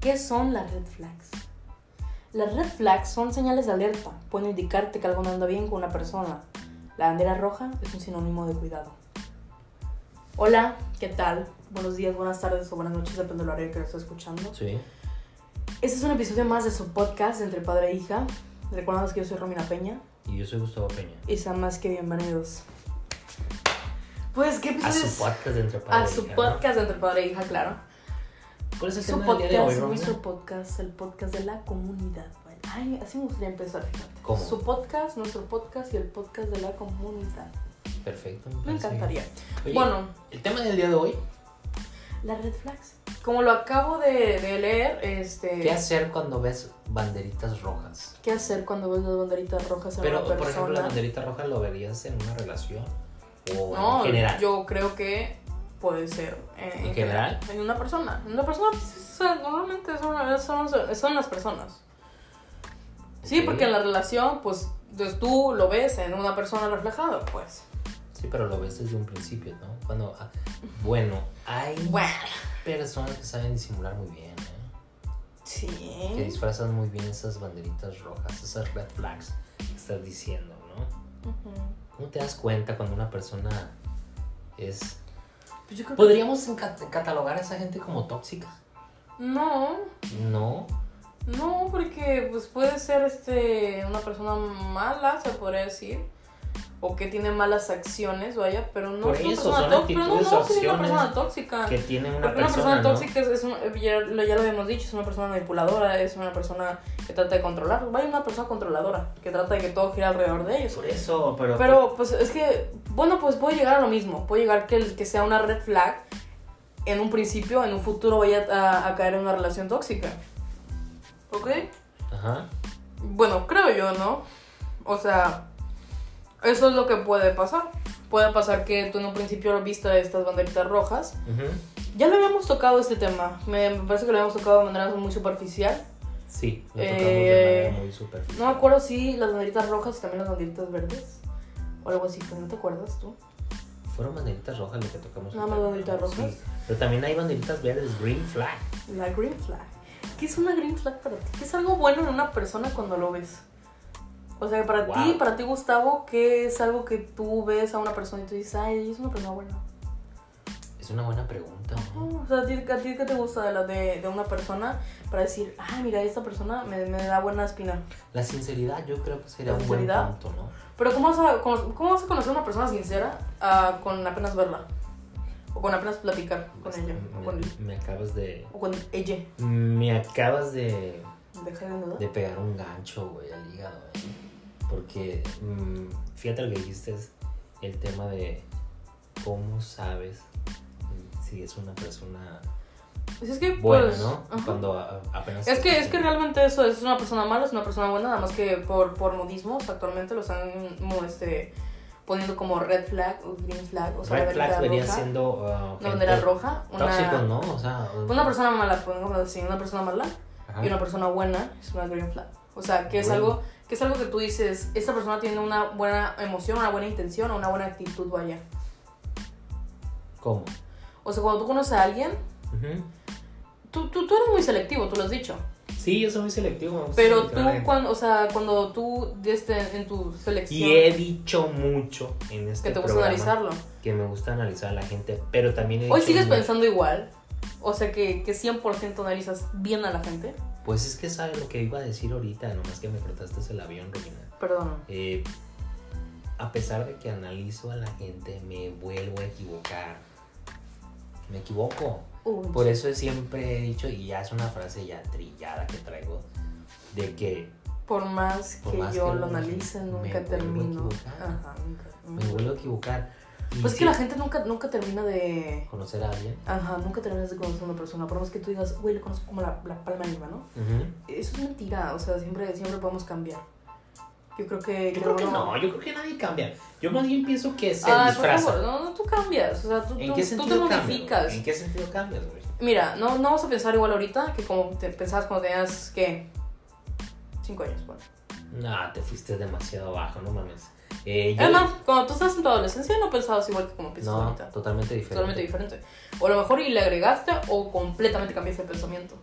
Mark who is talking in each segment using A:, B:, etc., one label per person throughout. A: ¿Qué son las red flags? Las red flags son señales de alerta, pueden indicarte que algo no anda bien con una persona. La bandera roja es un sinónimo de cuidado. Hola, ¿qué tal? Buenos días, buenas tardes o buenas noches, depende del horario que lo estés escuchando.
B: Sí.
A: Este es un episodio más de su podcast entre padre e hija. Recordamos que yo soy Romina Peña
B: Y yo soy Gustavo Peña.
A: y sean más que bienvenidos. Pues, ¿qué
B: A
A: episodio
B: su
A: es?
B: podcast de Entre
A: A
B: Padres,
A: su
B: ¿no?
A: podcast entre padre e hija, claro.
B: ¿Cuál es el
A: Su
B: tema del día de hoy,
A: podcast,
B: Romina?
A: nuestro podcast, el podcast de la comunidad. vaya. Ay, así me gustaría empezar, fíjate.
B: ¿Cómo?
A: Su podcast, nuestro podcast y el podcast de la comunidad.
B: Perfecto.
A: Me
B: parece
A: encantaría.
B: bien. Ah, Oye,
A: Bueno,
B: El tema del día de hoy,
A: las red flags. Como lo acabo de, de leer, este...
B: ¿qué hacer cuando ves banderitas rojas?
A: ¿Qué hacer cuando ves las banderitas rojas en
B: Pero,
A: una
B: por ejemplo, la
A: persona?
B: banderita roja lo verías en una relación o
A: no,
B: en general.
A: yo creo que puede ser. eh,
B: ¿En general?
A: En una persona. En una persona, pues, o sea, normalmente son, son, son las personas. Sí,
B: Ok.
A: porque en la relación, pues, entonces tú lo ves en una persona reflejado, pues.
B: Sí, pero lo ves desde un principio, ¿no? Cuando, ah, bueno, hay
A: Bueno,
B: personas que saben disimular muy bien, ¿eh? Que
A: sí.
B: disfrazan muy bien esas banderitas rojas, esas red flags que estás diciendo, ¿no?
A: Ujú.
B: ¿Cómo te das cuenta cuando una persona es...
A: Pues yo creo que-
B: ¿Podríamos enca- catalogar a esa gente como tóxica?
A: No,
B: No.
A: no, porque pues puede ser este una persona mala, se podría decir. O que tiene malas acciones, vaya, pero no
B: Por
A: es una
B: eso,
A: persona
B: son
A: tóxica. Pero no,
B: actitudes
A: no
B: o
A: sería una persona
B: acciones
A: tóxica.
B: Que tiene una
A: Ah, Porque una
B: persona,
A: persona
B: ¿no?
A: tóxica es, es un- eh, ya, lo, ya lo habíamos dicho, es una persona manipuladora, es una persona que trata de controlar. Vaya, una persona controladora, que trata de que todo gira alrededor de ellos.
B: Por eso, pero...
A: Pero, pues, es que, bueno, pues puede llegar a lo mismo. Puede llegar que, el- que sea una red flag en un principio, en un futuro vaya a, a caer en una relación tóxica. ¿Ok?
B: Ajá.
A: Bueno, creo yo, ¿no? O sea, eso es lo que puede pasar. Puede pasar que tú en un principio viste estas banderitas rojas
B: ujú.
A: ya lo habíamos tocado este tema. Me me parece que lo habíamos tocado de manera muy superficial.
B: Sí, lo tocamos
A: Eh,
B: de manera muy superficial.
A: No me acuerdo si las banderitas rojas y también las banderitas verdes. O algo así, pero no te acuerdas tú.
B: Fueron banderitas rojas lo que tocamos.
A: Nada más
B: ahorita,
A: banderitas
B: ¿no?
A: rojas.
B: Sí. Pero también hay banderitas verdes, green flag.
A: La green flag. ¿Qué es una green flag para ti? ¿Qué es algo bueno en una persona cuando lo ves? O sea, para
B: Wow.
A: ti, para ti, Gustavo, ¿qué es algo que tú ves a una persona y tú dices, ay, es una persona buena?
B: Es una buena pregunta, ¿no?
A: Oh, o sea, ¿a ti, a ti qué te gusta de, la, de, de una persona para decir, ay, mira, esta persona me, me da buena espina?
B: La sinceridad yo creo que sería
A: La
B: un buen
A: sinceridad.
B: punto, ¿no?
A: Pero ¿cómo vas a, cómo, cómo vas a conocer a una persona sincera ah, con apenas verla? O con apenas platicar con ella. O con, él,
B: Este, Me, me acabas de...
A: o con ella.
B: Me acabas de...
A: Deja de dudar.
B: de pegar un gancho, güey, al hígado, güey. Porque mm, fíjate lo que dijiste es el tema de cómo sabes si es una persona
A: Pues es que,
B: buena,
A: pues,
B: ¿no?
A: ajá.
B: Cuando a- apenas...
A: Es que, es que realmente eso es una persona mala, es una persona buena, nada más que por, por modismos actualmente lo están como, este, poniendo como red flag o green flag, o sea,
B: Red
A: bandera
B: flags venía
A: roja,
B: siendo... uh,
A: una bandera
B: gente
A: roja, una,
B: Tóxico, ¿no? O sea...
A: una persona mala, pongamos así, una persona mala
B: ajá.
A: y una persona buena es una green flag. O sea, que es
B: Ah. Bueno.
A: algo que es algo que tú dices, esta persona tiene una buena emoción, una buena intención, una buena actitud, vaya.
B: ¿Cómo?
A: O sea, cuando tú conoces a alguien,
B: Ujú.
A: tú, tú, tú eres muy selectivo, tú lo has dicho.
B: Sí, yo soy muy selectivo. me gusta
A: Pero tú,
B: seleccionar a gente.
A: cuando, o sea, cuando tú este, en tu selección,
B: Y he dicho mucho en este
A: que te gusta
B: programa
A: analizarlo,
B: Que me gusta analizar a la gente, pero también he
A: hoy
B: dicho
A: sigues
B: mucho-
A: pensando igual. O sea, que, que 100% analizas bien a la gente.
B: Pues es que sabe lo que iba a decir ahorita, nomás que me cortaste el avión, Romina.
A: Perdón.
B: Eh, a pesar de que analizo a la gente, me vuelvo a equivocar. Me equivoco.
A: Uy,
B: Por eso siempre he dicho, y ya es una frase ya trillada que traigo, de que
A: por más que
B: por más
A: yo
B: que
A: lo
B: me-
A: analice,
B: me
A: nunca
B: vuelvo a
A: termino.
B: equivocar.
A: Ajá, nunca.
B: me vuelvo a equivocar. Y
A: Pues es
B: sí,
A: que la gente nunca, nunca termina de.
B: Conocer a alguien.
A: Ajá, nunca terminas de conocer a una persona. Por más que tú digas, güey, lo conozco como la, la palma de mi mano.
B: Ujú.
A: Eso es mentira. O sea, siempre, siempre podemos cambiar. Yo creo que.
B: Yo creo que
A: uno-
B: no, yo creo que nadie cambia. Yo más bien pienso que se
A: Ay, por
B: disfraza.
A: favor, no, no, tú cambias. O sea, tú,
B: ¿En
A: tú-
B: qué
A: tú
B: sentido
A: te
B: cambias?
A: modificas.
B: ¿En qué sentido cambias, güey?
A: Mira, no, no vas a pensar igual ahorita que como te pensabas cuando tenías, ¿qué? Cinco años, bueno.
B: No, te fuiste demasiado bajo, no mames. Eh, yo-
A: Es más, Ah, cuando tú estabas en tu adolescencia no pensabas igual que como piensas
B: no,
A: ahorita.
B: totalmente diferente.
A: Totalmente diferente. O a lo mejor y le agregaste o completamente cambiaste el pensamiento.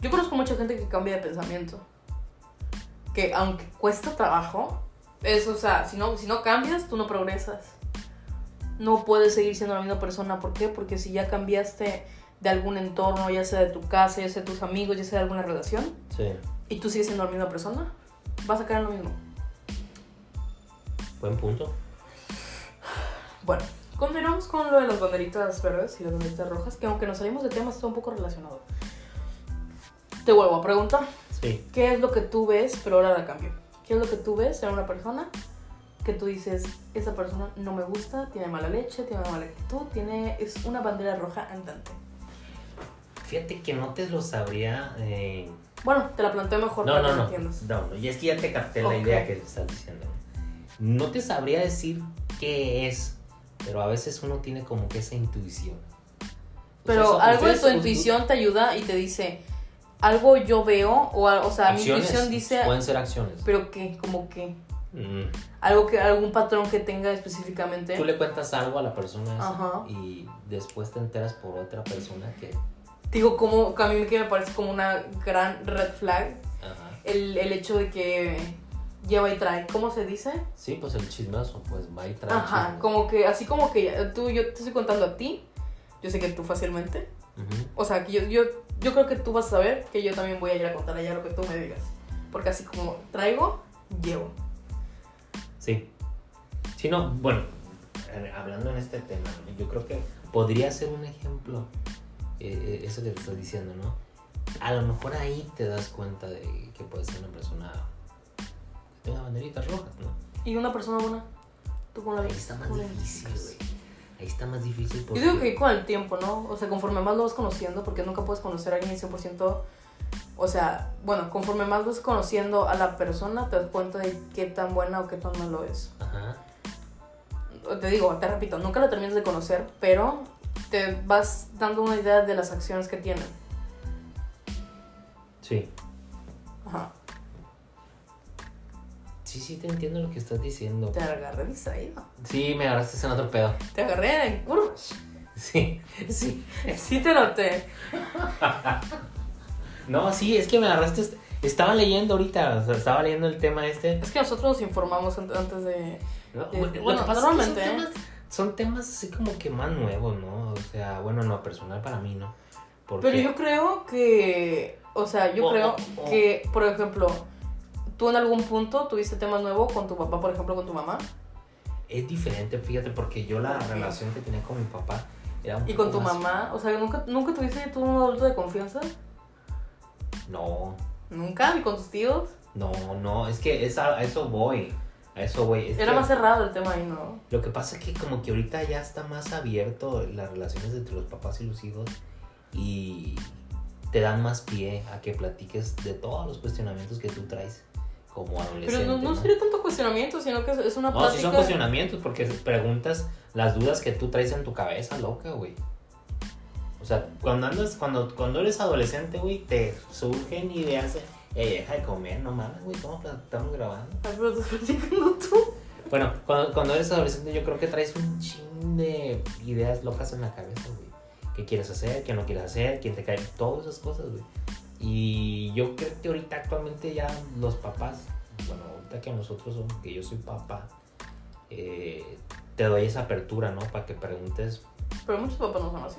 A: Yo conozco mucha gente que cambia de pensamiento. Que aunque cuesta trabajo, es, o sea, si no, si no cambias, tú no progresas. No puedes seguir siendo la misma persona. ¿Por qué? Porque si ya cambiaste de algún entorno, ya sea de tu casa, ya sea de tus amigos, ya sea de alguna relación,
B: Sí,
A: y tú sigues siendo la misma persona, vas a caer en lo mismo.
B: buen punto.
A: Bueno, continuamos con lo de las banderitas verdes y las banderitas rojas, que aunque nos salimos de temas, está un poco relacionado. Te vuelvo a preguntar,
B: Sí,
A: ¿qué es lo que tú ves, pero ahora la cambio? ¿Qué es lo que tú ves en una persona que tú dices, esa persona no me gusta, tiene mala leche, tiene mala actitud, tiene, es una bandera roja andante?
B: fíjate que no te lo sabría. eh,
A: Bueno, te la planteo mejor
B: No,
A: para
B: no,
A: que lo
B: no.
A: entiendas.
B: No, no, y es que ya te capté la
A: Ok.
B: idea que te estás diciendo. No te sabría decir qué es, pero a veces uno tiene como que esa intuición. O
A: Pero
B: sea, eso-
A: algo de
B: ustedes-
A: tu
B: u- u-
A: intuición te ayuda y te dice, algo yo veo, o, a- o sea, mi
B: acciones,
A: intuición dice,
B: Pueden ser acciones.
A: pero qué, como qué.
B: Mm.
A: Algo que, algún patrón que tenga específicamente.
B: Tú le cuentas algo a la persona esa
A: ¿Eh? Ajá.
B: y después te enteras por otra persona que.
A: Digo, como que a mí que me parece como una gran red flag
B: Ajá.
A: el, el hecho de que lleva y trae. ¿Cómo se dice?
B: Sí, pues el chismazo, pues va y trae.
A: Ajá,
B: chisme.
A: como que así como que ya- tú, yo te estoy contando a ti, yo sé que tú fácilmente.
B: Ujú.
A: O sea, que yo, yo, yo creo que tú vas a saber que yo también voy a ir a contar allá lo que tú me digas. Porque así como traigo, llevo.
B: Sí. Sí, no, bueno, eh, hablando en este tema, ¿no? yo creo que podría ser un ejemplo eh, eh, eso que te estás diciendo, ¿no? A lo mejor ahí te das cuenta de que puede ser una persona que tenga banderitas rojas, ¿no?
A: Y una persona buena, tú con la
B: Ahí está más
A: cómo la
B: difícil,
A: identificas?
B: güey. Ahí está más difícil
A: Yo
B: porque...
A: digo que con el tiempo, ¿no? O sea, conforme más lo vas conociendo, porque nunca puedes conocer a alguien 100%, o sea, bueno, conforme más vas conociendo a la persona, te das cuenta de qué tan buena o qué tan malo es.
B: Ajá.
A: Te digo, te repito, nunca lo terminas de conocer, pero te vas dando una idea de las acciones que tienen.
B: Sí.
A: Ajá.
B: Sí, sí, te entiendo lo que estás diciendo.
A: Te agarré distraído.
B: Sí, me agarraste en otro pedo.
A: Te agarré en curvas.
B: Sí, sí.
A: Sí te noté.
B: No, sí, es que me agarraste... Estaba leyendo ahorita, o sea, estaba leyendo el tema este
A: Es que nosotros nos informamos an- antes de...
B: No,
A: Eh,
B: bueno, lo
A: bueno,
B: que pasa es que
A: normalmente,
B: son,
A: ¿eh?
B: temas, son temas así como que más nuevos, ¿no? O sea, bueno, no, personal para mí, ¿no? Porque,
A: Pero yo creo que, o sea, yo
B: O-
A: creo
B: o- o-
A: que, por ejemplo, tú en algún punto tuviste temas nuevos con tu papá, por ejemplo, con tu mamá
B: es diferente, fíjate, porque yo la relación que tenía con mi papá era un
A: y con
B: poco
A: tu
B: más-
A: mamá. O sea, ¿nunca, nunca tuviste tú un adulto de confianza?
B: No,
A: Nunca, ni con tus tíos.
B: no, no, es que es a, a eso voy, a eso voy. es
A: Era
B: que
A: más cerrado el tema ahí, ¿no?
B: Lo que pasa es que como que ahorita ya está más abierto las relaciones entre los papás y los hijos y te dan más pie a que platiques de todos los cuestionamientos que tú traes como adolescente.
A: Pero no, no
B: ¿no?
A: sería tanto cuestionamiento, sino que es, es una
B: No, si son
A: plática.
B: cuestionamientos porque preguntas las dudas que tú traes en tu cabeza, loca, güey. O sea, cuando andas, cuando, cuando eres adolescente, güey, te surgen ideas de, "Ey, deja de comer, no mames, güey, ¿cómo pla- estamos grabando?
A: Ay, pero estás platicando tú.
B: Bueno, cuando, cuando eres adolescente yo creo que traes un chin de ideas locas en la cabeza, güey. ¿Qué quieres hacer? ¿Qué no quieres hacer? ¿Quién te cae? Todas esas cosas, güey. Y yo creo que ahorita actualmente ya los papás, bueno, ahorita que nosotros somos, que yo soy papá, eh, te doy esa apertura, ¿no? Para que preguntes,
A: Pero muchos papás no son así.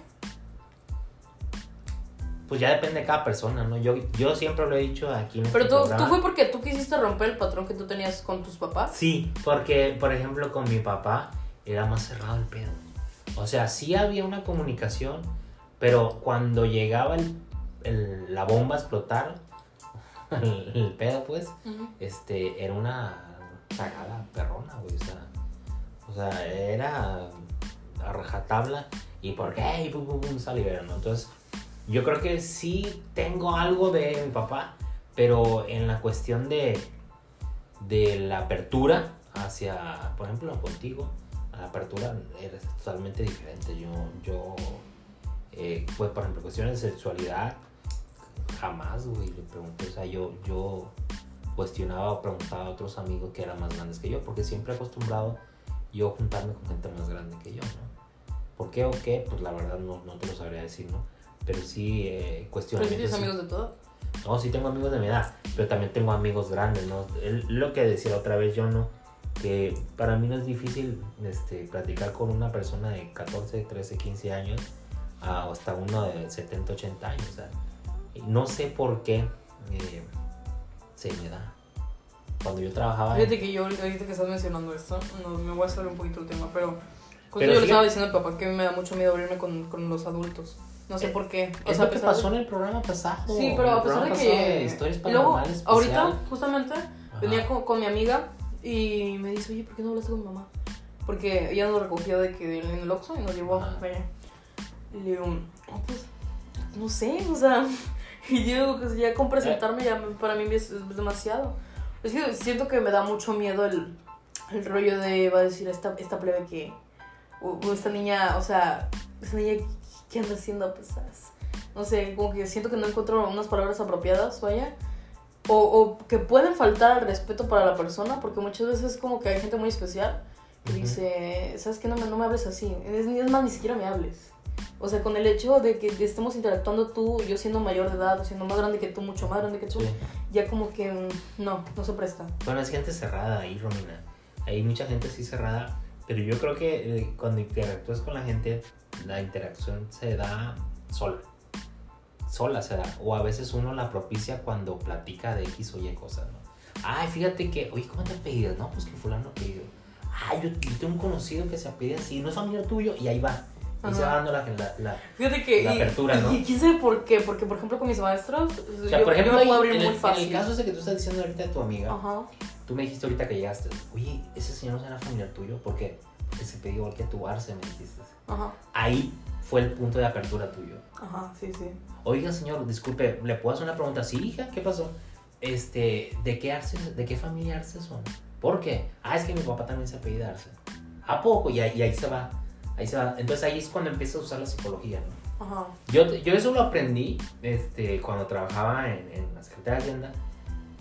B: pues ya depende de cada persona, ¿no? Yo, yo siempre lo he dicho aquí en este
A: Pero tú, tú
B: programa.
A: fue porque tú quisiste romper el patrón que tú tenías con tus papás.
B: Sí, porque por ejemplo con mi papá era más cerrado el pedo. O sea, sí había una comunicación, pero cuando llegaba el- el- la bomba a explotar, el, el pedo pues,
A: Ujú.
B: este, era una cagada perrona, güey. O sea, o sea, era a rajatabla y porque, hey, pum, pum, pum, sale y verano. Entonces, yo creo que sí tengo algo de mi papá, pero en la cuestión de, de la apertura hacia, por ejemplo, contigo, la apertura es totalmente diferente. Yo, yo eh, pues, por ejemplo, cuestiones de sexualidad, jamás, güey, le pregunté. O sea, yo, yo cuestionaba o preguntaba a otros amigos que eran más grandes que yo, porque siempre he acostumbrado yo juntarme con gente más grande que yo, ¿no? ¿Por qué o qué? Pues la verdad no, no te lo sabría decir, ¿no? Pero sí, eh,
A: Pero Pues, sí
B: cuestionamientos.
A: tienes amigos de todo.
B: No, sí tengo amigos de mi edad, pero también tengo amigos grandes, ¿no? El- lo que decía otra vez yo, ¿no? Que para mí no es difícil este, platicar con una persona de 14, 13, 15 años a- o hasta uno de 70, 80 años. o sea, y no sé por qué eh, se me da. Cuando yo trabajaba... en-
A: Fíjate que yo ahorita ahorita que estás mencionando esto, no, me voy a salir un poquito del tema, pero justo
B: Pero
A: yo le
B: fíjate-
A: estaba diciendo a papá que a mí me da mucho miedo abrirme con, con los adultos. No sé
B: Eh,
A: por qué. O
B: Es
A: sea, a
B: lo que
A: pesar de-
B: pasó en el programa pasado.
A: Sí, pero
B: en el
A: a pesar
B: programa
A: de que.
B: pasado de historias
A: y luego,
B: paranormales
A: ahorita,
B: especial.
A: justamente,
B: Ajá.
A: venía con, con mi amiga y me dice, oye, ¿por qué no hablaste con mi mamá? Porque ella nos recogió de que en el Oxxo y nos llevó
B: Ajá.
A: a ver. Y le digo, "Ah, pues, no sé, o sea. Y yo, pues, ya con presentarme, ya para mí es, es demasiado. Es que siento que me da mucho miedo el, el rollo de, va a decir, esta, esta plebe que. O, o esta niña, o sea, esta niña que anda haciendo, pues, ¿sabes? no sé, como que siento que no encuentro unas palabras apropiadas, vaya. O, o que pueden faltar al respeto para la persona, porque muchas veces como que hay gente muy especial que
B: Ujú.
A: dice, ¿sabes qué? No me, no me hables así. Es, es más, ni siquiera me hables. O sea, con el hecho de que estemos interactuando tú, yo siendo mayor de edad, o siendo más grande que tú, mucho más grande que tú,
B: Sí.
A: ya como que mm, no, no se presta.
B: Bueno, es gente cerrada ahí, Romina. Hay mucha gente así cerrada, pero yo creo que eh, cuando interactúas con la gente, la interacción se da sola. Sola se da. O a veces uno la propicia cuando platica de X o Y cosas, ¿no? Ay, fíjate que, oye, ¿cómo te apellidas? No, pues que fulano apellido. Ay, yo, yo tengo un conocido que se apellida así, no es familiar tuyo, y ahí va. Y se
A: Ajá.
B: va dando la... la- la-
A: Fíjate que...
B: La
A: y-
B: apertura, ¿no?
A: Y quién sabe por qué, porque por ejemplo con mis maestros,
B: O sea,
A: Pues yo,
B: por ejemplo,
A: yo me puedo
B: ahí,
A: abrir
B: en,
A: muy
B: el,
A: fácil.
B: en el caso ese que tú estás diciendo ahorita de tu amiga,
A: Ajá.
B: Tú me dijiste ahorita que llegaste, oye, ese señor no será familiar tuyo, ¿por qué? Porque se pidió igual que tu Arce, me dijiste.
A: Ajá,
B: Ahí fue el punto de apertura tuyo.
A: ajá, sí, sí.
B: Oiga, señor, disculpe, ¿le puedo hacer una pregunta? Sí, hija, ¿qué pasó? Este, ¿de qué Arce, de qué familia Arce son? ¿Por qué? Ah, es que mi papá también se apellida Arce. ¿A poco? Y ahí, y ahí se va, ahí se va. Entonces ahí es cuando empiezas a usar la psicología, ¿no?
A: Ajá.
B: Yo, yo eso lo aprendí este, cuando trabajaba en, en la Secretaría de Hacienda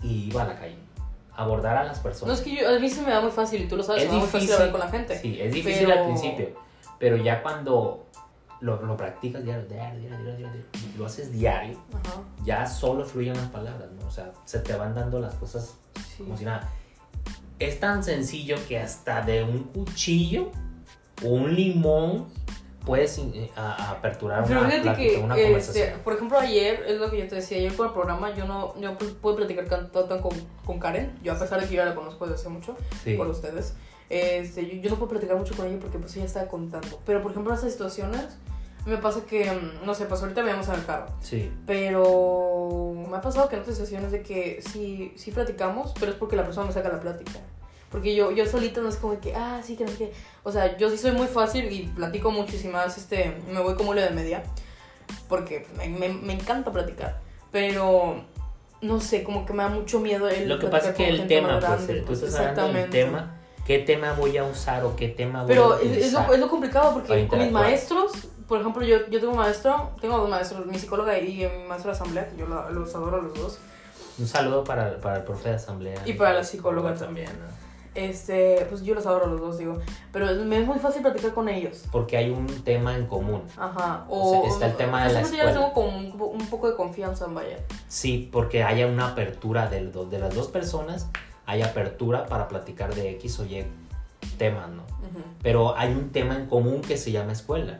B: y iba a la calle. Abordar a las personas.
A: No es que yo, a mí se me da muy fácil, y tú lo sabes,
B: Es
A: se me da muy fácil
B: difícil.
A: hablar con la gente.
B: Sí, es difícil
A: Pero-
B: al principio, pero ya cuando lo, lo practicas diario, diario, diario, diario, diario, lo haces diario,
A: Ajá,
B: ya solo fluyen las palabras, ¿no? O sea, se te van dando las cosas
A: sí.
B: como si nada. Es tan sencillo que hasta de un cuchillo o un limón puedes eh, a- a aperturar
A: Pero
B: una,
A: fíjate
B: plática,
A: que,
B: una
A: este,
B: conversación.
A: por ejemplo, ayer, es lo que yo te decía, ayer con el programa yo no, yo pu- pude platicar can- tanto con, con Karen, yo a pesar de que yo ya la conozco desde hace mucho,
B: Sí.
A: por ustedes, este, yo, yo no puedo platicar mucho con ella porque pues ella estaba contando. Pero, por ejemplo, esas situaciones, me pasa que, mm, no sé, pues ahorita veamos en el carro,
B: Sí.
A: Pero me ha pasado que en otras sesiones de que sí, sí platicamos, pero es porque la persona me saca la plática. Porque yo, yo solita no es como que, ah, sí, que no sé qué. O sea, yo sí soy muy fácil y platico mucho y si más, este, me voy como hilo de media. Porque me, me- me encanta platicar. Pero, no sé, como que me da mucho miedo el
B: Lo que
A: platicar
B: pasa es
A: con
B: que el
A: gente
B: tema,
A: más
B: pues,
A: grande,
B: eh, tú estás
A: exactamente
B: hablando del tema, ¿qué tema voy a usar o qué tema voy a
A: Pero es,
B: utilizar?
A: es lo, es lo complicado
B: Para
A: porque con mis
B: interactuar.
A: maestros, por ejemplo, yo, yo tengo un maestro, tengo dos maestros, mi psicóloga y mi maestro de asamblea, que yo la- los adoro a los dos.
B: Un saludo para, para el profe de asamblea.
A: Y para la psicóloga también.
B: ¿no?
A: Este, pues yo los adoro a los dos, digo. Pero es- me es muy fácil platicar con ellos.
B: Porque hay un tema en común.
A: Ajá.
B: O
A: O,
B: sea, está el tema de la
A: Fácilmente ya les tengo
B: escuela.
A: como un, po- un poco de confianza, vaya.
B: Sí, porque haya una apertura del do- de las dos personas, hay apertura para platicar de X o Y temas, ¿no?
A: Ujú.
B: Pero hay un tema en común que se llama escuela.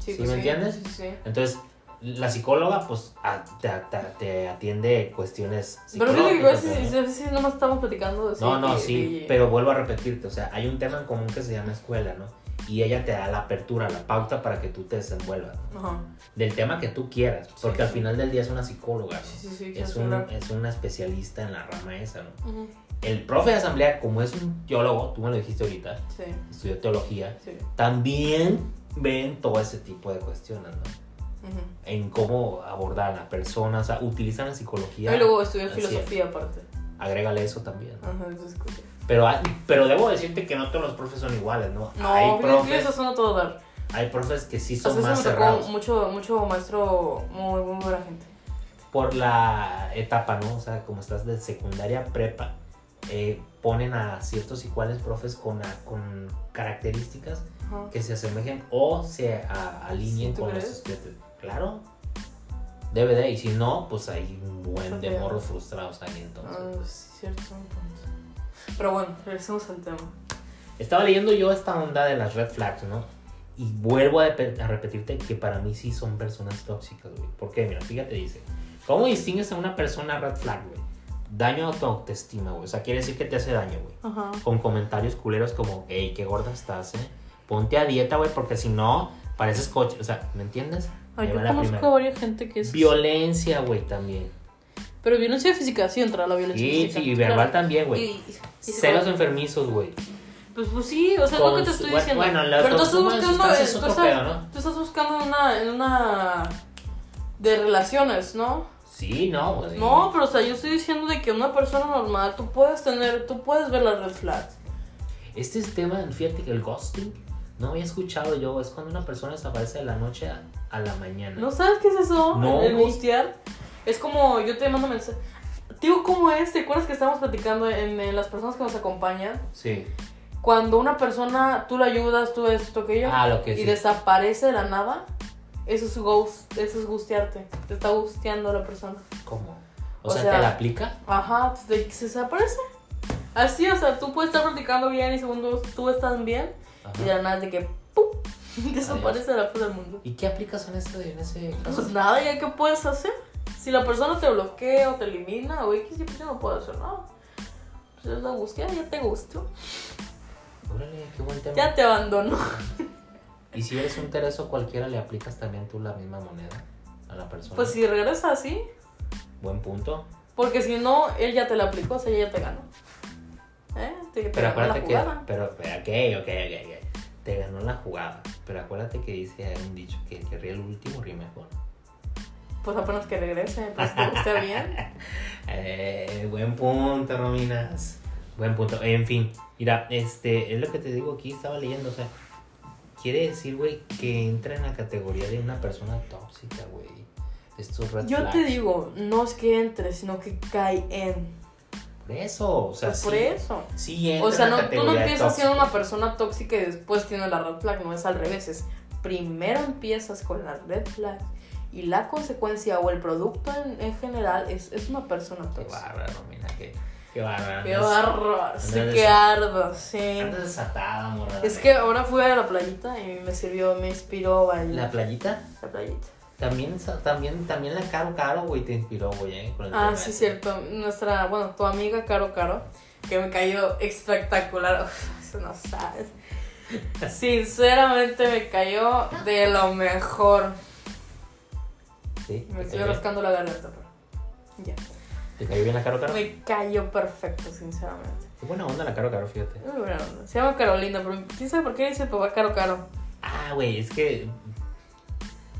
B: ¿Sí
A: pues
B: me entiendes?
A: Sí, sí.
B: Entonces, la psicóloga, pues, a- te, te- te atiende cuestiones
A: Pero fíjate que a
B: psicológicas,
A: veces,
B: ¿no?
A: a veces nomás estamos platicando de
B: No, no,
A: de-
B: sí,
A: de-
B: pero vuelvo a repetirte, o sea, hay un tema en común que se llama escuela, ¿no? Y ella te da la apertura, la pauta para que tú te desenvuelvas, ¿no?
A: Ajá.
B: Del tema que tú quieras, porque al final del día es una psicóloga, ¿no?
A: Sí, sí, sí.
B: es,
A: claro,
B: un, eh,
A: claro.
B: es una especialista en la rama esa, ¿no?
A: Ujú.
B: El profe de asamblea, como es un teólogo, tú me lo dijiste ahorita,
A: Sí,
B: estudió teología,
A: sí.
B: también ven todo ese tipo de cuestiones, ¿no?
A: Ujú.
B: En cómo abordar a la persona, o sea, utilizan la psicología.
A: Y luego estudió
B: Así es.
A: filosofía aparte.
B: Agrégale eso también, ¿no?
A: Ajá, entonces, pues, escucha.
B: Pero, hay- pero debo decirte que no todos los profes son iguales, ¿no?
A: No,
B: hay,
A: fíjate que
B: profes,
A: eso son a todo dar.
B: hay profes que sí
A: O
B: son
A: sea,
B: más
A: eso me tocó
B: cerrados
A: mucho, mucho maestro, muy, muy buena gente.
B: por la etapa, ¿no? O sea, como estás de secundaria a prepa, eh, ponen a ciertos y cuales profes con, a- con características
A: Ajá.
B: que se asemejen o se a- alineen
A: ¿Sí, tú
B: con los
A: crees?
B: estudiantes. Claro, Debe de, y si no, pues hay un buen de
A: Sofía.
B: morros frustrados también. Entonces,
A: Ah,
B: pues.
A: sí, cierto un punto. Pero bueno, regresemos al tema.
B: Estaba leyendo yo esta onda de las red flags, ¿no? Y vuelvo a, depe- a repetirte que para mí sí son personas tóxicas, güey. ¿Por qué? Mira, fíjate, dice. ¿Cómo distingues a una persona red flag, güey? Daño a tu autoestima, güey. O sea, quiere decir que te hace daño, güey.
A: Ajá.
B: Con comentarios culeros como, hey, qué gorda estás, eh. Ponte a dieta, güey, porque si no, pareces coche. O sea, ¿me entiendes?
A: Ay,
B: Ahí
A: yo
B: va la
A: conozco
B: primera.
A: a varias gente que es.
B: Violencia, güey, también.
A: Pero violencia física sí entra la violencia
B: Sí,
A: física.
B: sí, y verbal
A: claro.
B: también, güey.
A: Y- y- y-
B: Celos enfermizos, güey.
A: Pues, pues sí, o sea, es lo que te
B: Cons-
A: estoy
B: bueno,
A: diciendo.
B: bueno, la
A: Pero tú estás
B: consumo de
A: buscando,
B: sustancias
A: eh,
B: es
A: tú
B: otro
A: estás-
B: pedo, ¿no?
A: tú estás buscando una, en una de relaciones, ¿no?
B: Sí, no, güey.
A: No, pero o sea, yo estoy diciendo de que una persona normal, tú puedes tener, tú puedes ver las red flags.
B: Este es tema, fíjate que el ghosting no había escuchado yo. Es cuando una persona desaparece de la noche a, a la mañana.
A: ¿No sabes qué es eso?
B: No,
A: El
B: güey.
A: gustear. Es como yo te mando mensaje. Digo, ¿cómo es? ¿Te acuerdas que estábamos platicando en, en las personas que nos acompañan?
B: Sí.
A: Cuando una persona, tú la ayudas, tú esto, aquello,
B: Ah, lo que
A: y
B: sí.
A: desaparece de la nada, eso es ghost, eso es gustearte. Te está gusteando la persona.
B: ¿Cómo? O,
A: O
B: sea,
A: sea-
B: ¿te la aplica?
A: Ajá, de que se desaparece. Así, o sea, tú puedes estar platicando bien y segundos tú estás bien
B: Ajá.
A: y de la nada de que ¡pum! desaparece de la faz del mundo.
B: ¿Y qué aplicas en ese, en ese caso?
A: Pues nada, ya qué puedes hacer. Si la persona te bloquea o te elimina o X, yo pues, yo no puedo hacer nada. Pues es la búsqueda, ya te gustó.
B: Órale, qué buen tema.
A: Ya te abandonó.
B: Y si eres un tereso cualquiera, ¿le aplicas también tú la misma moneda a la persona?
A: Pues si regresa así,
B: Buen punto.
A: porque si no, él ya te la aplicó, o sea, ella ya te ganó. ¿Eh? Te, te
B: Pero
A: ganó la
B: acuérdate que.
A: jugada.
B: Pero, ok, ok, ok, ok. Te ganó la jugada. Pero acuérdate que dice un dicho que el que ríe el último ríe mejor.
A: Pues apenas que regrese, pues te gusta bien.
B: Eh, buen punto, Rominas. Buen punto. En fin, mira, este, es lo que te digo aquí, estaba leyendo, o sea, quiere decir, güey, que entra en la categoría de una persona tóxica, güey. Estos red
A: Yo
B: flags.
A: te digo, no es que entre, sino que cae en.
B: Por eso, o sea,
A: Pues
B: sí,
A: por eso.
B: sí entra
A: O sea,
B: en la
A: no, tú no
B: categoría de
A: empiezas siendo
B: tóxico.
A: una persona tóxica y después tienes la red flag, no es al revés. Es primero empiezas con la red flag y la consecuencia o el producto en, en general es, es una persona
B: Qué
A: tóxica.
B: bárbara, Romina, qué, qué bárbara.
A: Qué
B: andas-
A: barro, sí,
B: andas
A: qué
B: desa-
A: ardo, sí.
B: Andas desatada, morada.
A: Es que ahora fui a la playita y me sirvió, me inspiró
B: La
A: bailar
B: playita
A: la playita.
B: también, esa- también, también la Caro Caro, güey, te inspiró, güey, eh, con el
A: Ah,
B: tema
A: sí,
B: ese.
A: cierto. Nuestra, bueno, tu amiga Caro Caro, que me cayó espectacular. Uf, eso no sabes. Sinceramente me cayó de lo mejor.
B: Sí,
A: Me
B: te
A: estoy
B: cayó-
A: rascando la garganta, pero. Ya.
B: ¿Te cayó bien la Caro Caro?
A: Me cayó perfecto, sinceramente.
B: Qué buena onda la Caro Caro, fíjate.
A: Muy buena onda. Se llama Carolina, pero quién sabe por qué dice papá Caro Caro.
B: Ah, güey, es que.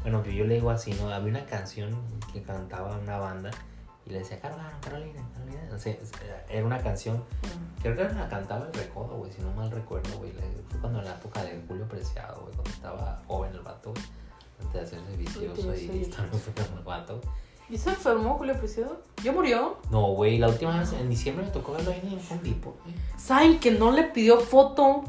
B: Bueno, yo, yo le digo así, ¿no? Había una canción que cantaba una banda y le decía, Carolina, Carolina, Carolina. O sea, era una canción, creo que la cantaba el recodo, güey, si no mal recuerdo, güey. Le- Fue cuando en la época de Julio Preciado, güey, cuando estaba joven el vato, güey, antes de hacerse vicioso
A: Antes de
B: y
A: ser
B: estar enfermo el vato.
A: ¿Y se enfermó Julio Preciado? ¿Yo murió?
B: No, güey, la última vez en diciembre me tocó verlo ahí en un tipo.
A: ¿Saben que no le pidió foto?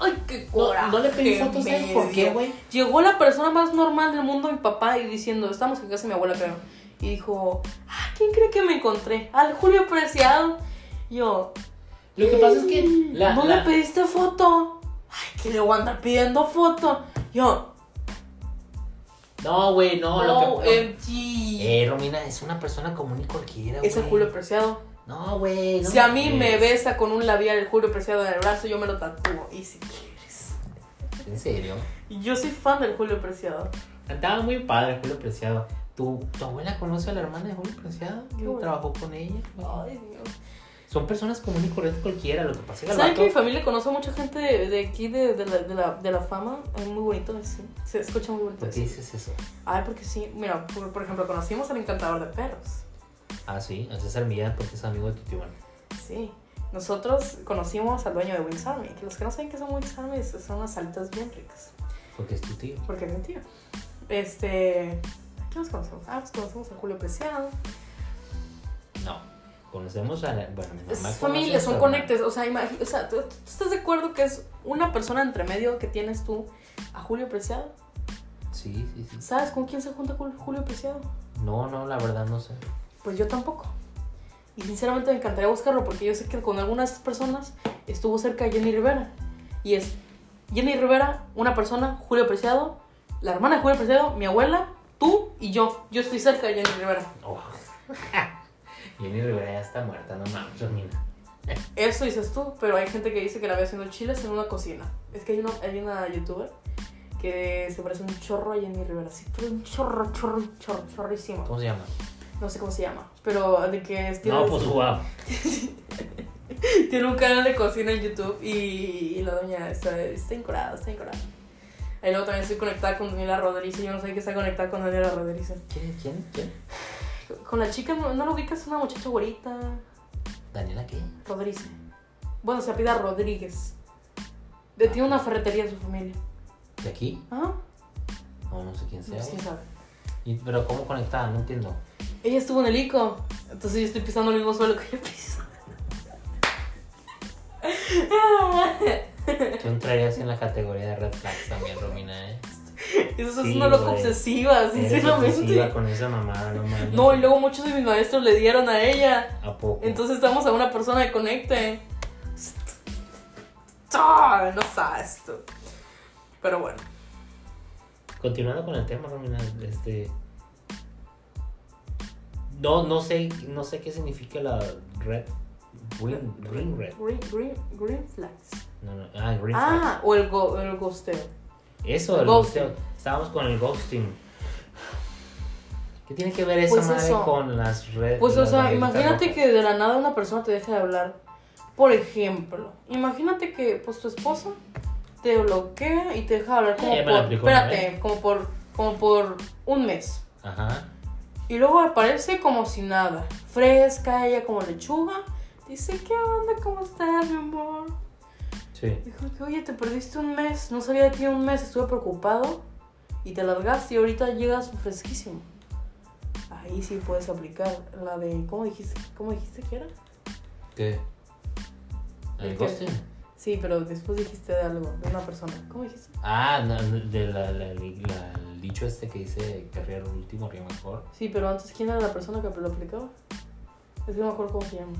A: Ay, qué coraje.
B: No, no le pedí fotos,
A: me
B: ¿sabes por qué,
A: dio.
B: güey?
A: Llegó la persona más normal del mundo, mi papá, y diciendo, estamos en casa de mi abuela, creo. Y dijo, ah, ¿quién cree que me encontré? Al Julio Preciado. Yo, "Eh,
B: Lo que pasa es que la,
A: ¿no
B: la-
A: le pediste foto? Ay, que le voy a andar pidiendo foto. Yo,
B: No, güey, no, lo que
A: OMG.
B: Eh, Romina, es una persona común y cualquiera, güey.
A: Es el Julio Preciado.
B: No, güey. no
A: Si a mí me
B: mames.
A: besa con un labial el Julio Preciado en el brazo, yo me lo tatúo. Y si quieres.
B: En serio.
A: Yo soy fan del Julio Preciado.
B: Cantaba muy padre Julio Preciado. ¿Tu, tu abuela conoce a la hermana de Julio Preciado?
A: Qué bueno.
B: Trabajó con ella. güey.
A: Ay, Dios.
B: Son personas común y corriente cualquiera. Lo que pasa es que el
A: ¿Saben que mi
B: vato-
A: familia conoce a mucha gente de, de aquí, de, de la, de, la, de la fama? Es muy bonito, sí. Se escucha muy bonito.
B: ¿Por qué
A: sí.
B: dices eso?
A: Ay, porque sí. Mira, por, por ejemplo, conocimos al encantador de perros.
B: Ah, sí, a César Millán porque es amigo de tu tío. Manuel.
A: Sí. Nosotros conocimos al dueño de Wings Army. Que los que no saben qué son Wings Army son unas salitas bien ricas.
B: Porque es tu tío.
A: Porque es mentira. Este. ¿A quién nos conocemos? Ah, nos conocemos a Julio Preciado.
B: No. Conocemos a la. Bueno, mi mamá.
A: Es
B: conoce
A: familia,
B: a su
A: son
B: hermana.
A: conectes. O sea, imagi- o sea ¿tú, tú estás de acuerdo que es una persona entre medio que tienes tú a Julio Preciado?
B: Sí, sí, sí.
A: ¿Sabes con quién se junta Jul- Julio Preciado?
B: No, no, la verdad no sé.
A: Pues yo tampoco. Y sinceramente me encantaría buscarlo porque yo sé que con algunas personas estuvo cerca Jenny Rivera. Y es Jenny Rivera, una persona, Julio Preciado, la hermana de Julio Preciado, mi abuela, tú y yo. Yo estoy cerca de Jenny Rivera.
B: Oh. Jenny Rivera ya está muerta, no mames, Romina.
A: Eso dices tú, pero hay gente que dice que la ve haciendo chiles en una cocina. Es que hay una, hay una youtuber que se parece un chorro a Jenny Rivera. Sí, pero un chorro, chorro, chorro, chorrísimo.
B: ¿Cómo se llama?
A: No sé cómo se llama, pero de que es- tiene,
B: No, pues wow.
A: tiene un canal de cocina en YouTube y, y la doña está, está encorada, está encorada. Ahí luego también estoy conectada con Daniela Rodríguez. Yo no sé qué está conectada con Daniela Rodríguez.
B: ¿Quién? ¿Quién? ¿Quién?
A: Con la chica, ¿no, no la ubicas? Una muchacha güerita.
B: ¿Daniela qué?
A: Rodríguez. Bueno, se apida Rodríguez. De, tiene una ferretería en su familia. Ah,
B: ¿De aquí?
A: Ajá.
B: No, no sé quién sea.
A: No sé quién sabe.
B: ¿Y- ¿Pero cómo conectada? No entiendo.
A: Ella estuvo en el ICO, entonces yo estoy pisando el mismo suelo que ella pisa.
B: Tú entrarías en la categoría de red flags también, Romina, ¿eh?
A: Eso es
B: Sí,
A: una loca
B: güey.
A: obsesiva,
B: Eres obsesiva
A: sinceramente.
B: con esa mamada, no mames.
A: No, y luego muchos de mis maestros le dieron a ella.
B: ¿A poco?
A: Entonces estamos a una persona que conecte. ¡Ah! No sabes tú. Pero bueno,
B: Continuando con el tema, Romina, este. No, no sé, no sé qué significa la red. Green, green red.
A: green, green, green flags.
B: No, no. Ah, green flag.
A: Ah, o el, go, el ghosteo.
B: Eso, el
A: Ghosting.
B: ghosteo. Estábamos con el ghosting. ¿Qué tiene que ver esa
A: Pues
B: madre
A: eso.
B: con las redes?
A: Pues, o sea, imagínate que de la nada una persona te deje de hablar. Por ejemplo, imagínate que, pues, tu esposa te bloquea y te deja de hablar como
B: Eh, me la
A: por,
B: aplicó una
A: espérate, como por, como por un mes.
B: Ajá.
A: Y luego aparece como si nada, fresca, ella como lechuga. Dice, ¿qué onda? ¿Cómo estás, mi amor?
B: Sí.
A: Dijo que, oye, te perdiste un mes, no sabía de ti un mes, estuve preocupado y te largaste y ahorita llegas fresquísimo. Ahí sí puedes aplicar la de, ¿cómo dijiste, ¿cómo dijiste que era?
B: ¿Qué?
A: ¿El
B: ¿El
A: qué?
B: ghosting?
A: Sí, pero después dijiste de algo, de una persona. ¿Cómo dijiste?
B: Ah, no, no, de la, la- la- el dicho este que dice que ría el último, ríe mejor.
A: Sí, pero antes, ¿quién era la persona que lo aplicaba? Es que no me acuerdo cómo se llama.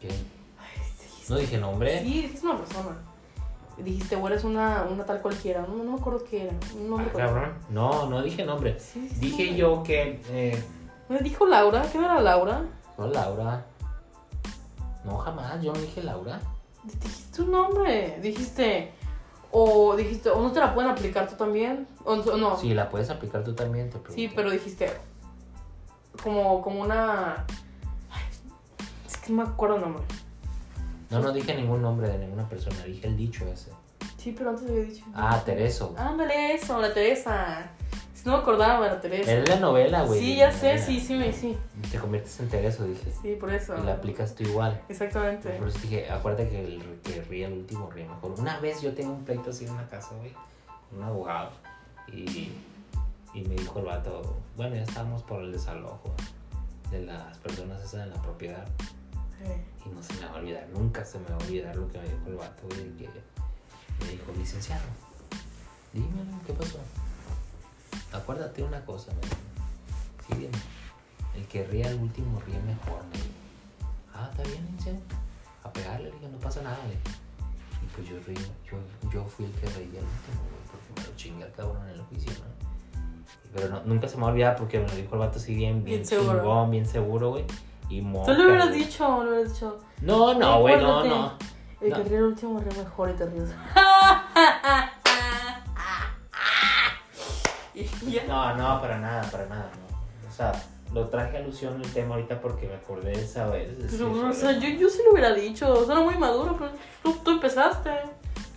B: ¿Qué?
A: Ay, dijiste-
B: No dije nombre.
A: Sí, dijiste una persona. Dijiste, o eres una, una tal cualquiera. No, no me acuerdo qué era. No me
B: Ah,
A: acuerdo.
B: cabrón. No, no dije nombre.
A: Sí, sí,
B: Dije
A: sí.
B: yo que. eh,
A: ¿Me dijo Laura? ¿Qué era Laura?
B: no, Laura. No, jamás. Yo no dije Laura.
A: Dijiste un nombre. Dijiste. O dijiste, o no te la pueden aplicar tú también. O no- no.
B: Sí, la puedes aplicar tú también, te
A: Sí,
B: pregunté.
A: pero dijiste como, como una. Ay, es que no me acuerdo el nombre.
B: No, no dije ningún nombre de ninguna persona. Dije el dicho ese.
A: Sí, pero antes había dicho.
B: Ah, Tereso.
A: Ándale, eso, la Teresa. Si no me acordaba de la Teresa.
B: Es la novela, güey.
A: sí,
B: de
A: ya
B: la
A: sé,
B: novela.
A: sí, sí, me, sí.
B: Te conviertes en Tereso, dije.
A: Sí, por eso.
B: Y la aplicas tú igual.
A: Exactamente.
B: Por eso dije, acuérdate que el que ríe el último ríe mejor. Una vez yo tengo un pleito así en una casa, güey, con un abogado. Y, y me dijo el vato, bueno, ya estábamos por el desalojo de las personas esas en la propiedad.
A: Eh,
B: Y no se me va a olvidar, nunca se me va a olvidar lo que me dijo el vato, güey, de que me dijo, licenciado, dime, ¿qué pasó? Acuérdate una cosa, me dijo. Sí, dime. El que ríe al último ríe mejor, me dijo. Ah, está bien, licenciado. A pegarle, le dije, no pasa nada, güey. Y pues yo río, yo, yo fui el que reía al último, güey, porque me lo chingué al cabrón en el juicio, ¿no? Pero no, nunca se me va a olvidar porque me lo dijo el vato así bien, bien,
A: Bien seguro.
B: chingón, bien seguro, güey. Y
A: Tú
B: moca,
A: le hubieras
B: güey.
A: dicho, le hubieras dicho.
B: No, no, güey, no,
A: Acuérdate.
B: no.
A: El que
B: No.
A: ríe el último ríe mejor y te ríes. y ya.
B: No, no, para nada, para nada, no. O sea, lo traje a alusión el tema ahorita porque me acordé de esa vez. de ese
A: Pero, o sea,
B: problema.
A: yo, yo sí lo hubiera dicho. O sea, era muy maduro, pero tú, tú empezaste.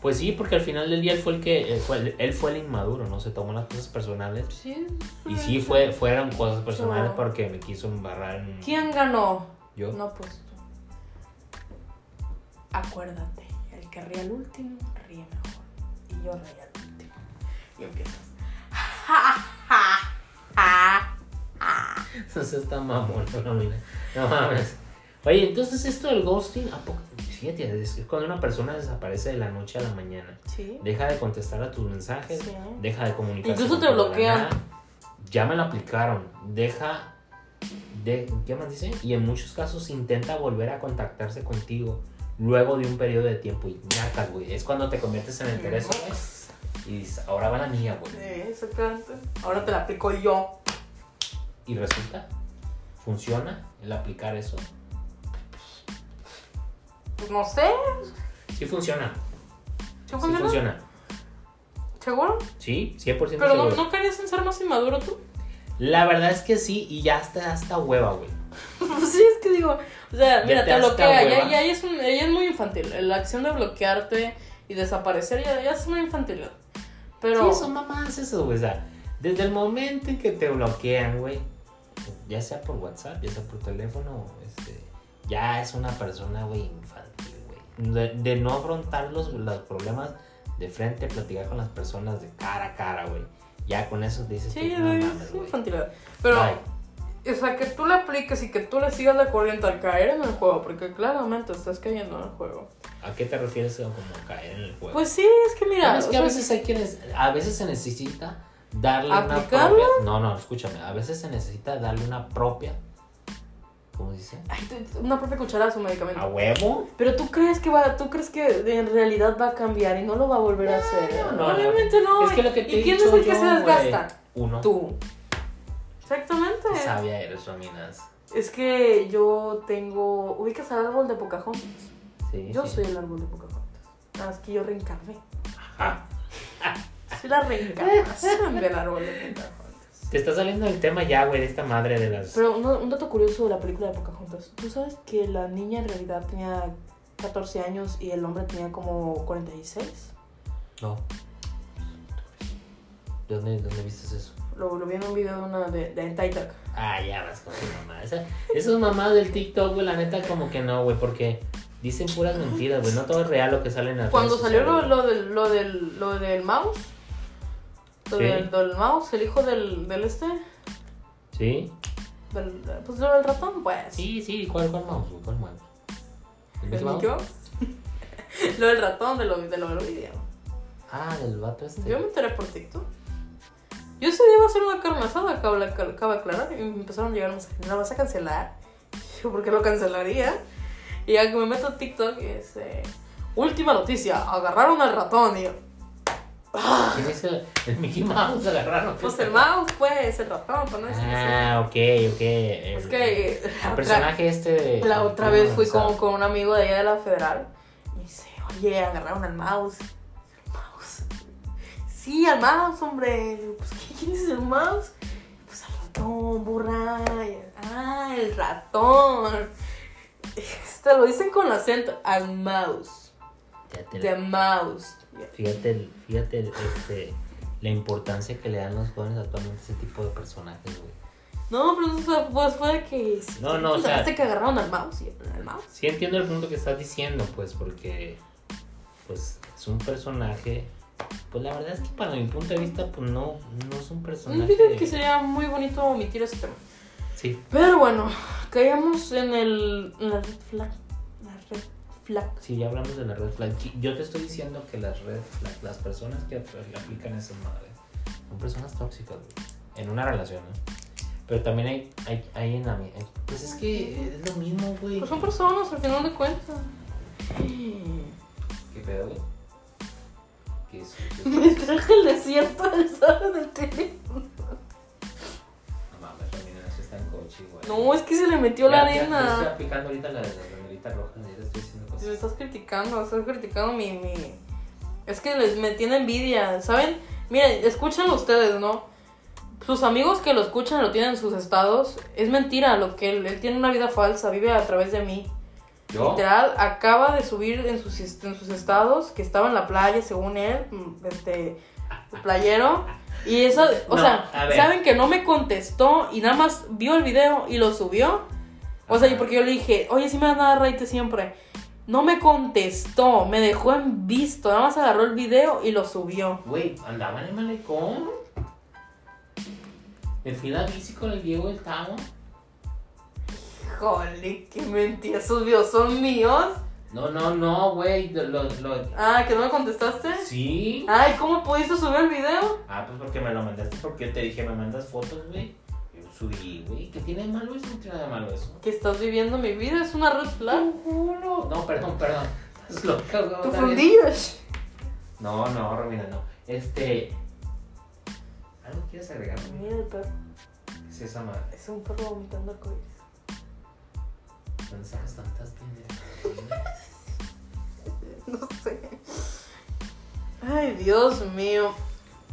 B: Pues sí, porque al final del día él fue el que, él fue el, él fue el inmaduro, ¿no? Se tomó las cosas personales.
A: Sí.
B: Y sí, fue, fueron cosas personales
A: Claro.
B: porque me quiso embarrar en...
A: ¿Quién ganó?
B: Yo.
A: No, pues tú. Acuérdate, el que ríe al último ríe mejor. Y yo reí al último. Y empiezas.
B: Entonces está mamón, no, mira. No mames. Oye, entonces esto del ghosting, ¿a poco? Fíjate, es que cuando una persona desaparece de la noche a la mañana.
A: Sí.
B: Deja de contestar a tus mensajes,
A: Sí.
B: deja de comunicarse.
A: Incluso te
B: contigo de la
A: bloquean.
B: nada, ya me lo aplicaron, deja, de, ¿qué más dice? Y en muchos casos intenta volver a contactarse contigo luego de un periodo de tiempo y marcas, güey, es cuando te conviertes en el interés güey, y dices, ahora va la mía, güey.
A: Sí, exactamente. Ahora te la aplico yo.
B: Y resulta, funciona el aplicar eso.
A: Pues no sé.
B: Sí funciona,
A: ¿Sí
B: sí
A: funciona?
B: funciona.
A: ¿Seguro?
B: Sí, 100%
A: Pero no,
B: seguro.
A: no querías en ser más inmaduro tú.
B: La verdad es que sí y ya está hasta hueva, güey.
A: Pues sí, es que digo, o sea,
B: Ya
A: mira,
B: te
A: te
B: has
A: bloquea,
B: dado
A: ya,
B: hueva.
A: ya, ya es un- ya es muy infantil. eh, La acción de bloquearte y desaparecer ya, ya es una infantilidad. Pero,
B: Sí, son mamás eso, güey. O sea, desde el momento en que te bloquean, güey, ya sea por WhatsApp, ya sea por teléfono, este, ya es una persona, güey, infantil, güey. De, de no afrontar los, los problemas de frente, platicar con las personas de cara a cara, güey. Ya con eso dices,
A: sí,
B: tú, no
A: es-
B: mames,
A: es
B: güey.
A: infantilidad. Pero,
B: Bye.
A: o sea, que tú le apliques y que tú le sigas la corriente al caer en el juego, porque claramente estás cayendo en el juego.
B: ¿A qué te refieres con como caer en el juego?
A: Pues sí, es que mira,
B: Pero es
A: o
B: que a
A: sea,
B: veces hay quienes, a veces se necesita darle una
A: ¿Aplicarlo?
B: propia. No, no, escúchame, a veces se necesita darle una propia. ¿Cómo dice?
A: ay, te- una propia cucharada a su medicamento.
B: ¿A huevo?
A: Pero tú crees que va, tú crees que en realidad va a cambiar y no lo va a volver a hacer.
B: no, no, no.
A: Obviamente no.
B: es que lo que te
A: ¿Y
B: he
A: quién
B: dicho
A: es el que
B: yo,
A: se desgasta?
B: güey, Uno.
A: Tú. Eh. Exactamente.
B: Qué Sabia eres, Rominas.
A: Es que yo tengo. ¿Ubicas al árbol de Pocahontas?
B: Sí.
A: Yo
B: sí.
A: soy el árbol de Pocahontas. Nada más que yo reencarné.
B: Ajá.
A: Soy la reencarnación del árbol de Pocahontas.
B: Te está saliendo el tema ya, güey, de esta madre de las.
A: Pero un, un dato curioso de la película de Pocahontas. ¿Tú sabes que la niña en realidad tenía 14 años y el hombre tenía como 46?
B: No. ¿Dónde, ¿Dónde viste eso?
A: Lo, lo vi en un video de una de, de en TikTok.
B: Ah, ya vas con tu mamá. Esa, esas mamás del TikTok, güey, la neta, como que no, güey, porque dicen puras mentiras, güey. No todo es real lo que sale en las
A: Cuando
B: redes
A: salió lo,
B: sociales,
A: lo del, lo, del, lo del mouse, lo
B: Sí.
A: del, del mouse, el hijo del, del este,
B: güey.
A: del, pues lo del ratón, pues.
B: Sí, sí, sí. ¿Cuál, cuál mouse, güey? ¿Cuál mouse? ¿El
A: ¿El
B: Mickey Mouse?
A: Mickey Mouse? lo del ratón, de lo, de lo del video.
B: Ah, del vato este.
A: Yo me enteré por TikTok. Yo ese día iba a hacer una carne asada, acabo, la- acabo de aclarar, y me empezaron a llegar mensajes, ¿la vas a cancelar? Yo, ¿por qué lo cancelaría? Y ya que me meto a TikTok, y es, eh, última noticia, agarraron al ratón, y yo,
B: ¿Quién es el, el Mickey Mouse? Agarraron. este.
A: pues el mouse, pues, el ratón, pues no es
B: Ah, ok, ok.
A: Es que
B: El
A: la otra,
B: personaje este.
A: la otra vez fui con,
B: como
A: con un amigo de allá de la federal. Me dice, oye, agarraron al mouse. El mouse. Sí, al mouse, hombre. Le digo, Pues, ¿qué- ¿Quién es el mouse? Pues al ratón, burra. Y, Ah, el ratón. Te lo dicen con acento. Al mouse. The mouse.
B: Fíjate, el- fíjate el- este, la importancia que le dan los jóvenes actualmente a ese tipo de personajes, güey.
A: No, pero eso fue- pues fue de que.
B: No, no, o sea-
A: pensaste que agarraron al mouse? Y yo, ¿Al mouse?
B: Sí entiendo el punto que estás diciendo, pues, porque pues es un personaje. Pues la verdad es que para mi punto de vista, pues no, no es un
A: Yo
B: personaje.
A: creo que sería muy bonito omitir ese tema.
B: Sí,
A: Pero bueno, caíamos en el. en la red flag. La red flag.
B: sí, ya hablamos de la red flag. Sí, Yo te estoy diciendo que las red flag, las personas que apl- aplican esas madres, son personas tóxicas, güey, En una relación, ¿no? Pero también hay, hay, hay en la mi- Pues es que es lo mismo, güey.
A: Pues son personas al final de cuentas.
B: ¿Qué pedo, güey? ¿Qué es? ¿Qué es?
A: Me traje el desierto del sábado del tele.
B: No mames, Romina, eso está en coche, güey.
A: No, es que se le metió la
B: Ya- ya- ya Estoy
A: arena.
B: aplicando ahorita la de la banderita roja, ya le estoy diciendo
A: Si me
B: cosas.
A: estás criticando, estás criticando mi. mi- Es que les, me tiene envidia, ¿saben? Miren, escuchen ustedes, ¿no? Sus amigos que lo escuchan lo tienen en sus estados. Es mentira lo que él, él tiene una vida falsa, vive a través de mí.
B: ¿Yo?
A: Literal, acaba de subir en sus, en sus estados que estaba en la playa, según él, mm, este, playero. Y eso, o
B: No,
A: sea,
B: a ver.
A: saben que no me contestó y nada más vio el video y lo subió. O sea, y porque yo le dije, oye, si me vas a dar raite siempre. No me contestó, me dejó en visto, nada más agarró el video y lo subió.
B: Güey, andaba en el malecón. Me fui a la bici con el Diego del Tamo.
A: Híjole, qué mentira, esos videos son míos.
B: No, no, no, güey. lo- lo- lo-
A: Ah, ¿que no me contestaste?
B: Sí.
A: Ay, ¿cómo pudiste subir el video?
B: Ah, pues porque me lo mandaste, porque yo te dije, me mandas fotos, güey. Yo subí, güey. ¿Qué tiene de malo eso? No tiene nada de malo eso.
A: Que estás viviendo mi vida, es una red flag.
B: culo. No, perdón, perdón. Estás loca, güey.
A: Tu
B: Está bien.
A: fundillas.
B: No, no, Romina, no. Este. ¿Algo quieres agregar, Romina?
A: Mira el perro.
B: ¿Qué es esa madre?
A: Es un perro vomitando arcoíris.
B: ¿Dónde sacas tantas tienes?
A: No sé. Ay, Dios mío.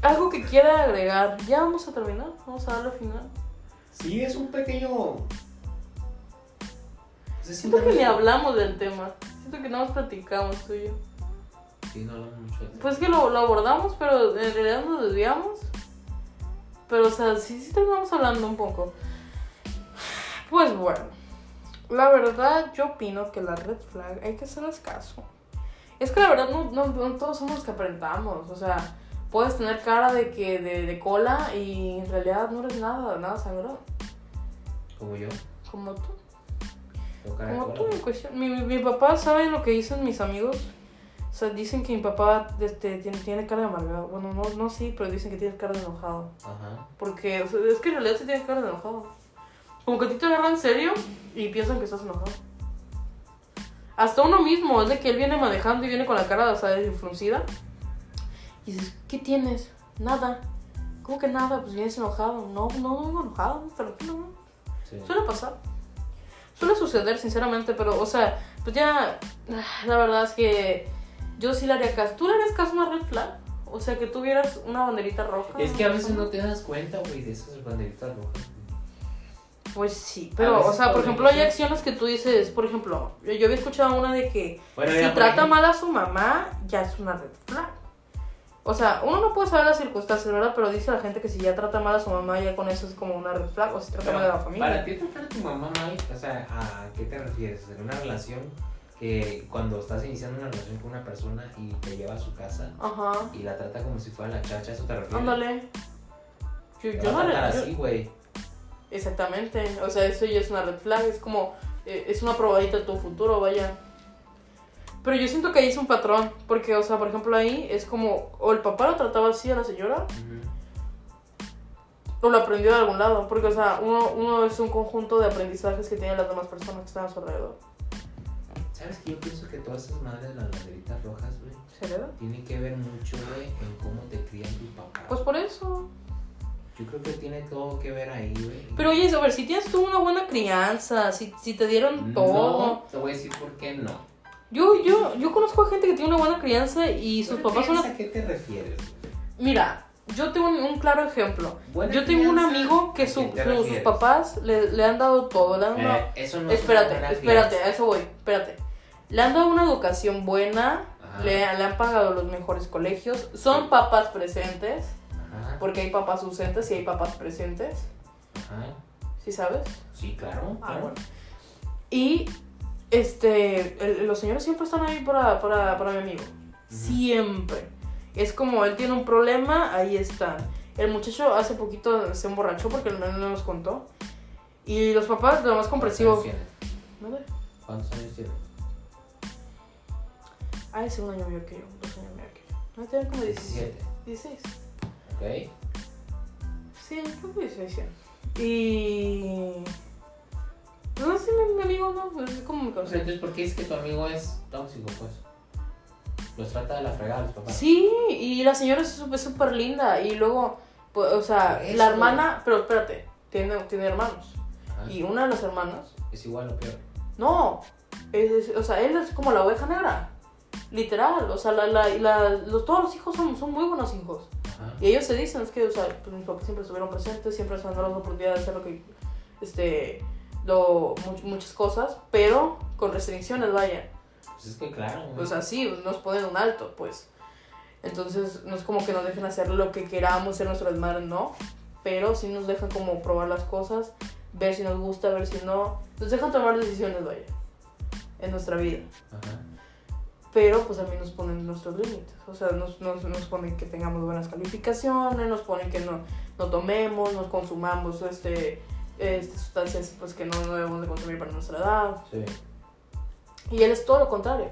A: Algo que quiera agregar. Ya vamos a terminar. Vamos a darle final.
B: Sí, es un pequeño. Pues es
A: Siento
B: un
A: que ni
B: pequeño-
A: hablamos del tema. Siento que nada más platicamos tú y yo.
B: Sí, no hablamos mucho. de eso.
A: Pues que lo, lo abordamos, pero en realidad nos desviamos. Pero, o sea, sí, sí terminamos hablando un poco. Pues bueno, la verdad yo opino que la red flag hay que hacerles caso. Es que la verdad no, no, no todos somos los que aparentamos. O sea, puedes tener cara de que de, de cola y en realidad no eres nada, nada sangrón.
B: Como yo.
A: Como tú.
B: Tengo cara de
A: Como
B: cola,
A: tú, en cuestión- mi, mi- mi papá sabe lo que dicen mis amigos. O sea, dicen que mi papá este, tiene, tiene cara de amargado. Bueno, no, no sí, pero dicen que tiene cara de enojado.
B: Ajá.
A: Porque o sea, es que en realidad sí tiene cara de enojado. Como que a ti te agarran serio y piensan que estás enojado. Hasta uno mismo, es de que él viene manejando y viene con la cara, o sea, fruncida. Y dices, ¿qué tienes? Nada. ¿Cómo que nada? Pues vienes enojado. No, no, no vengo enojado, tranquilo. no.
B: Sí.
A: Suele pasar. Suele suceder, sinceramente, pero, o sea, pues ya, la verdad es que yo sí le haría caso. ¿Tú le harías caso a una red flag? O sea, que tuvieras una banderita roja.
B: Es que a veces no te das cuenta, güey, de esas banderitas rojas.
A: Pues sí,
B: A
A: pero,
B: veces
A: o sea, por
B: podría
A: ejemplo, hay
B: ser.
A: acciones que tú dices, por ejemplo, yo, yo había escuchado una de que
B: Bueno,
A: si
B: mira, por
A: trata
B: ejemplo-
A: mal a su mamá, ya es una red flag. O sea, uno no puede saber las circunstancias, ¿verdad? Pero dice la gente que si ya trata mal a su mamá, ya con eso es como una red flag. O si trata
B: Pero,
A: mal a la familia.
B: Para ti tratar a tu mamá mal, o sea, ¿a qué te refieres? En una relación que cuando estás iniciando una relación con una persona y te lleva a su casa
A: Ajá.
B: y la trata como si fuera la chacha, ¿eso te refieres?
A: Ándale. Yo,
B: Te
A: yo
B: va
A: no
B: a
A: le-
B: tratar
A: yo-
B: así, güey.
A: Exactamente, o sea, eso ya es una red flag, es como, eh, es una probadita de tu futuro, vaya. Pero yo siento que ahí es un patrón, porque, o sea, por ejemplo, ahí es como, o el papá lo trataba así a la señora, o lo aprendió de algún lado, porque, o sea, uno, uno es un conjunto de aprendizajes que tienen las demás personas que están a su alrededor.
B: ¿Sabes que yo pienso que todas esas madres, las banderitas rojas, güey,
A: ¿Se hereda?
B: tienen que ver mucho, güey, en cómo te cría tu papá?
A: Pues por eso.
B: Yo creo que tiene todo que ver ahí, güey.
A: Pero oye, a ver, si tienes tú una buena crianza, si, si te dieron todo.
B: Mm, No, te voy a decir por qué no.
A: Yo, yo, yo conozco a gente que tiene una buena crianza y sus papás son...
B: ¿A qué te refieres?
A: Mira, yo tengo un- un claro ejemplo.
B: Buena
A: Yo tengo un
B: crianza,
A: amigo que
B: ¿a
A: su-
B: qué te
A: su- sus
B: refieres?
A: papás le, le han dado todo. Le han dado
B: Eh, eso no es una buena
A: espérate, espérate,
B: crianza.
A: a eso voy, espérate. Le han dado una educación buena,
B: Ajá.
A: Ah, le, le han pagado los mejores colegios, son papás presentes,
B: Ajá,
A: porque hay papás ausentes y hay papás presentes,
B: ajá.
A: ¿sí sabes?
B: Sí, claro.
A: Ah,
B: claro.
A: bueno. Y este, el- los señores siempre están ahí para, para, para mi amigo. Siempre. Es como él tiene un problema, ahí está. El muchacho hace poquito se emborrachó porque el menor no nos contó. Y los papás, lo más comprensivos.
B: ¿Cuántos años
A: ¿Mande?
B: tiene? ¿Cuántos años tiene?
A: Ah, es un año mayor que yo, dos años mayor que yo. No tienen como 17.
B: 17.
A: 16.
B: Ok.
A: Sí, creo que 16 ya. Y. pues, No sé, mi, mi amigo no, es como mi
B: O sea,
A: consejo.
B: entonces, ¿por qué es que tu amigo es tóxico, pues? Los trata de la fregada los papás.
A: Sí, y la señora es súper súper linda. Y luego, pues, o sea,
B: Por eso.
A: la hermana, pero espérate, tiene, tiene hermanos.
B: Ajá.
A: Y una de las hermanas,
B: Es igual o peor.
A: no, es- es- o sea, él es como la oveja negra. Literal, o sea, la, la, la- los, todos los hijos son, son muy buenos hijos.
B: Ajá.
A: Y ellos se dicen, es que, o sea, pues, mis papás siempre estuvieron presentes, siempre se han dado la oportunidad de hacer lo que, este, lo, much- muchas cosas, pero con restricciones, vaya.
B: Pues es que claro, güey.
A: O sea, sí, nos ponen un alto, pues. Entonces, no es como que nos dejen hacer lo que queramos, ser nuestras madres, no. Pero sí nos dejan como probar las cosas, ver si nos gusta, ver si no. Nos dejan tomar decisiones, vaya, en nuestra vida.
B: Ajá.
A: Pero pues también nos ponen nuestros límites. O sea, nos, nos, nos ponen que tengamos buenas calificaciones, nos ponen que no, no tomemos, nos consumamos este, este, sustancias pues, que no, no debemos de consumir para nuestra edad.
B: Sí.
A: Y él es todo lo contrario.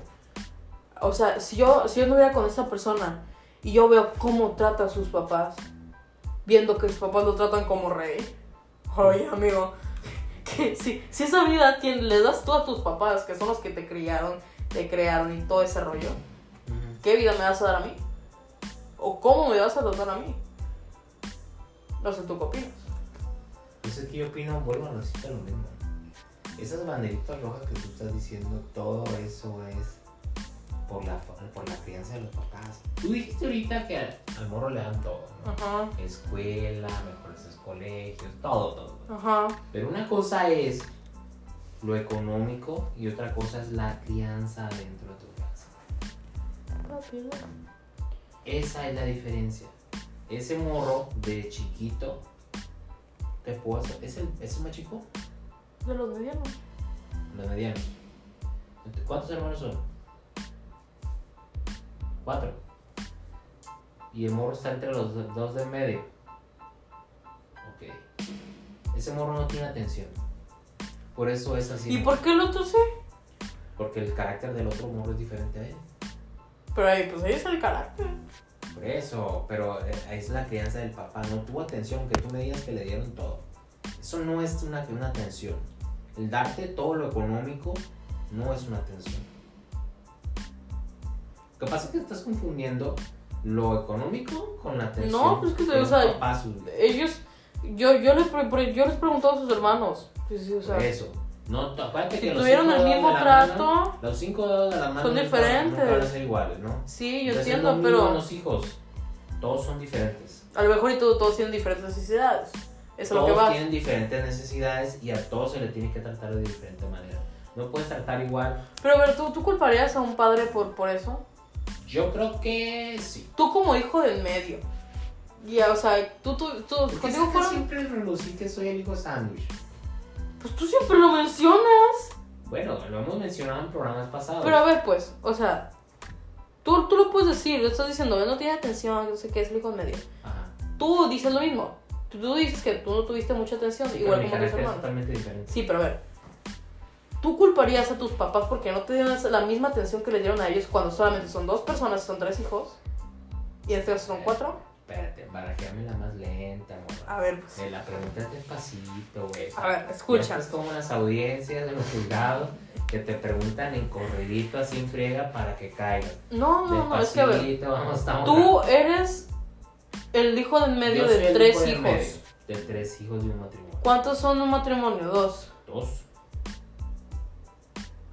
A: O sea, si yo, si yo anduviera con esta persona y yo veo cómo trata a sus papás, viendo que sus papás lo tratan como rey, oye, amigo, que si, si esa vida tiene- le das tú a tus papás, que son los que te criaron, te crearon y todo ese rollo, ¿qué vida me vas a dar a mí? ¿O cómo me vas a tratar a mí? No sé, ¿tú qué opinas?
B: Eso Pues es que yo opino, vuelvo a decirte lo mismo. Esas banderitas rojas que tú estás diciendo, todo eso es por la, por la crianza de los papás. Tú dijiste ahorita que al, Ah. al morro le dan todo, ¿no?
A: Ajá,
B: Escuela, mejores colegios, todo, todo.
A: ajá,
B: Pero una cosa es lo económico y otra cosa es la crianza dentro de tu casa.
A: rápido.
B: Esa es la diferencia. Ese morro de chiquito, te puedo hacer, ¿es el, es el más chico?
A: De los medianos.
B: Los medianos. ¿Cuántos hermanos son? Cuatro. Y el morro está entre los do- dos del medio. Ok. Ese morro no tiene atención. Por eso es así.
A: ¿Y por qué el otro sí?
B: Porque el carácter del otro morro es diferente a él.
A: Pero ahí, pues ahí es el carácter.
B: Por eso, pero eh, es la crianza del papá. No tuvo atención, que tú me digas que le dieron todo. Eso no es una, una atención. El darte todo lo económico no es una atención. Lo que pasa es que estás confundiendo lo económico con la atención.
A: No, pues que te-
B: de
A: o
B: los
A: sea,
B: papás, güey.
A: Ellos, yo, yo, les, pre- pre- yo les preguntaba a sus hermanos. Sí, sí, o sea,
B: Por eso. No, t- acuérdate
A: si
B: que los
A: tuvieron
B: cinco
A: el
B: dedos
A: mismo
B: de la mano-
A: trato.
B: los cinco dedos de la mano
A: son
B: nunca-
A: diferentes.
B: Nunca van a ser iguales, ¿no?
A: Sí, yo
B: Entonces,
A: entiendo,
B: lo mismo
A: pero
B: en los hijos, todos son diferentes.
A: a lo mejor y todo- todos tienen diferentes necesidades. Eso es lo que
B: todos
A: va.
B: tienen diferentes necesidades y a todos se le tiene que tratar de diferente manera. No puedes tratar igual.
A: Pero a ver, ¿tú, ¿tú culparías a un padre por, por eso?
B: Yo creo que sí.
A: Tú como hijo del medio. Ya, o sea, tú, tú, tú
B: ¿Por qué
A: Pues contigo
B: sacas
A: fueron-
B: siempre relucí que soy el hijo sándwich?
A: Pues tú siempre lo mencionas.
B: Bueno, lo hemos mencionado en programas pasados.
A: Pero a ver, pues, o sea, tú, tú lo puedes decir, lo estás diciendo, él no tiene atención, no sé qué, es el hijo del medio.
B: Ajá.
A: Tú dices lo mismo. Tú, tú dices que tú no tuviste mucha atención,
B: Pero
A: igual
B: mi
A: como tus
B: carácter es
A: hermanos.
B: totalmente diferente.
A: Sí, pero a ver. ¿Tú culparías a tus papás porque no te dieron esa- la misma atención que le dieron a ellos cuando solamente son dos personas, son tres hijos? Y en este caso son cuatro.
B: Espérate, barajeame la más lenta, morra.
A: A ver, pues.
B: Eh, La pregunta es despacito, güey.
A: A ver,
B: Ya
A: escucha.
B: estás como las audiencias de los juzgados que te preguntan en corridito, así en friega, para que caigas.
A: No, no, no, es que a ver.
B: Despacito, vamos, estamos
A: Tú eres el hijo del medio
B: Yo soy
A: de
B: el
A: tres
B: hijo del
A: hijos.
B: medio, De tres hijos de un matrimonio.
A: ¿Cuántos son un matrimonio? Dos.
B: Dos.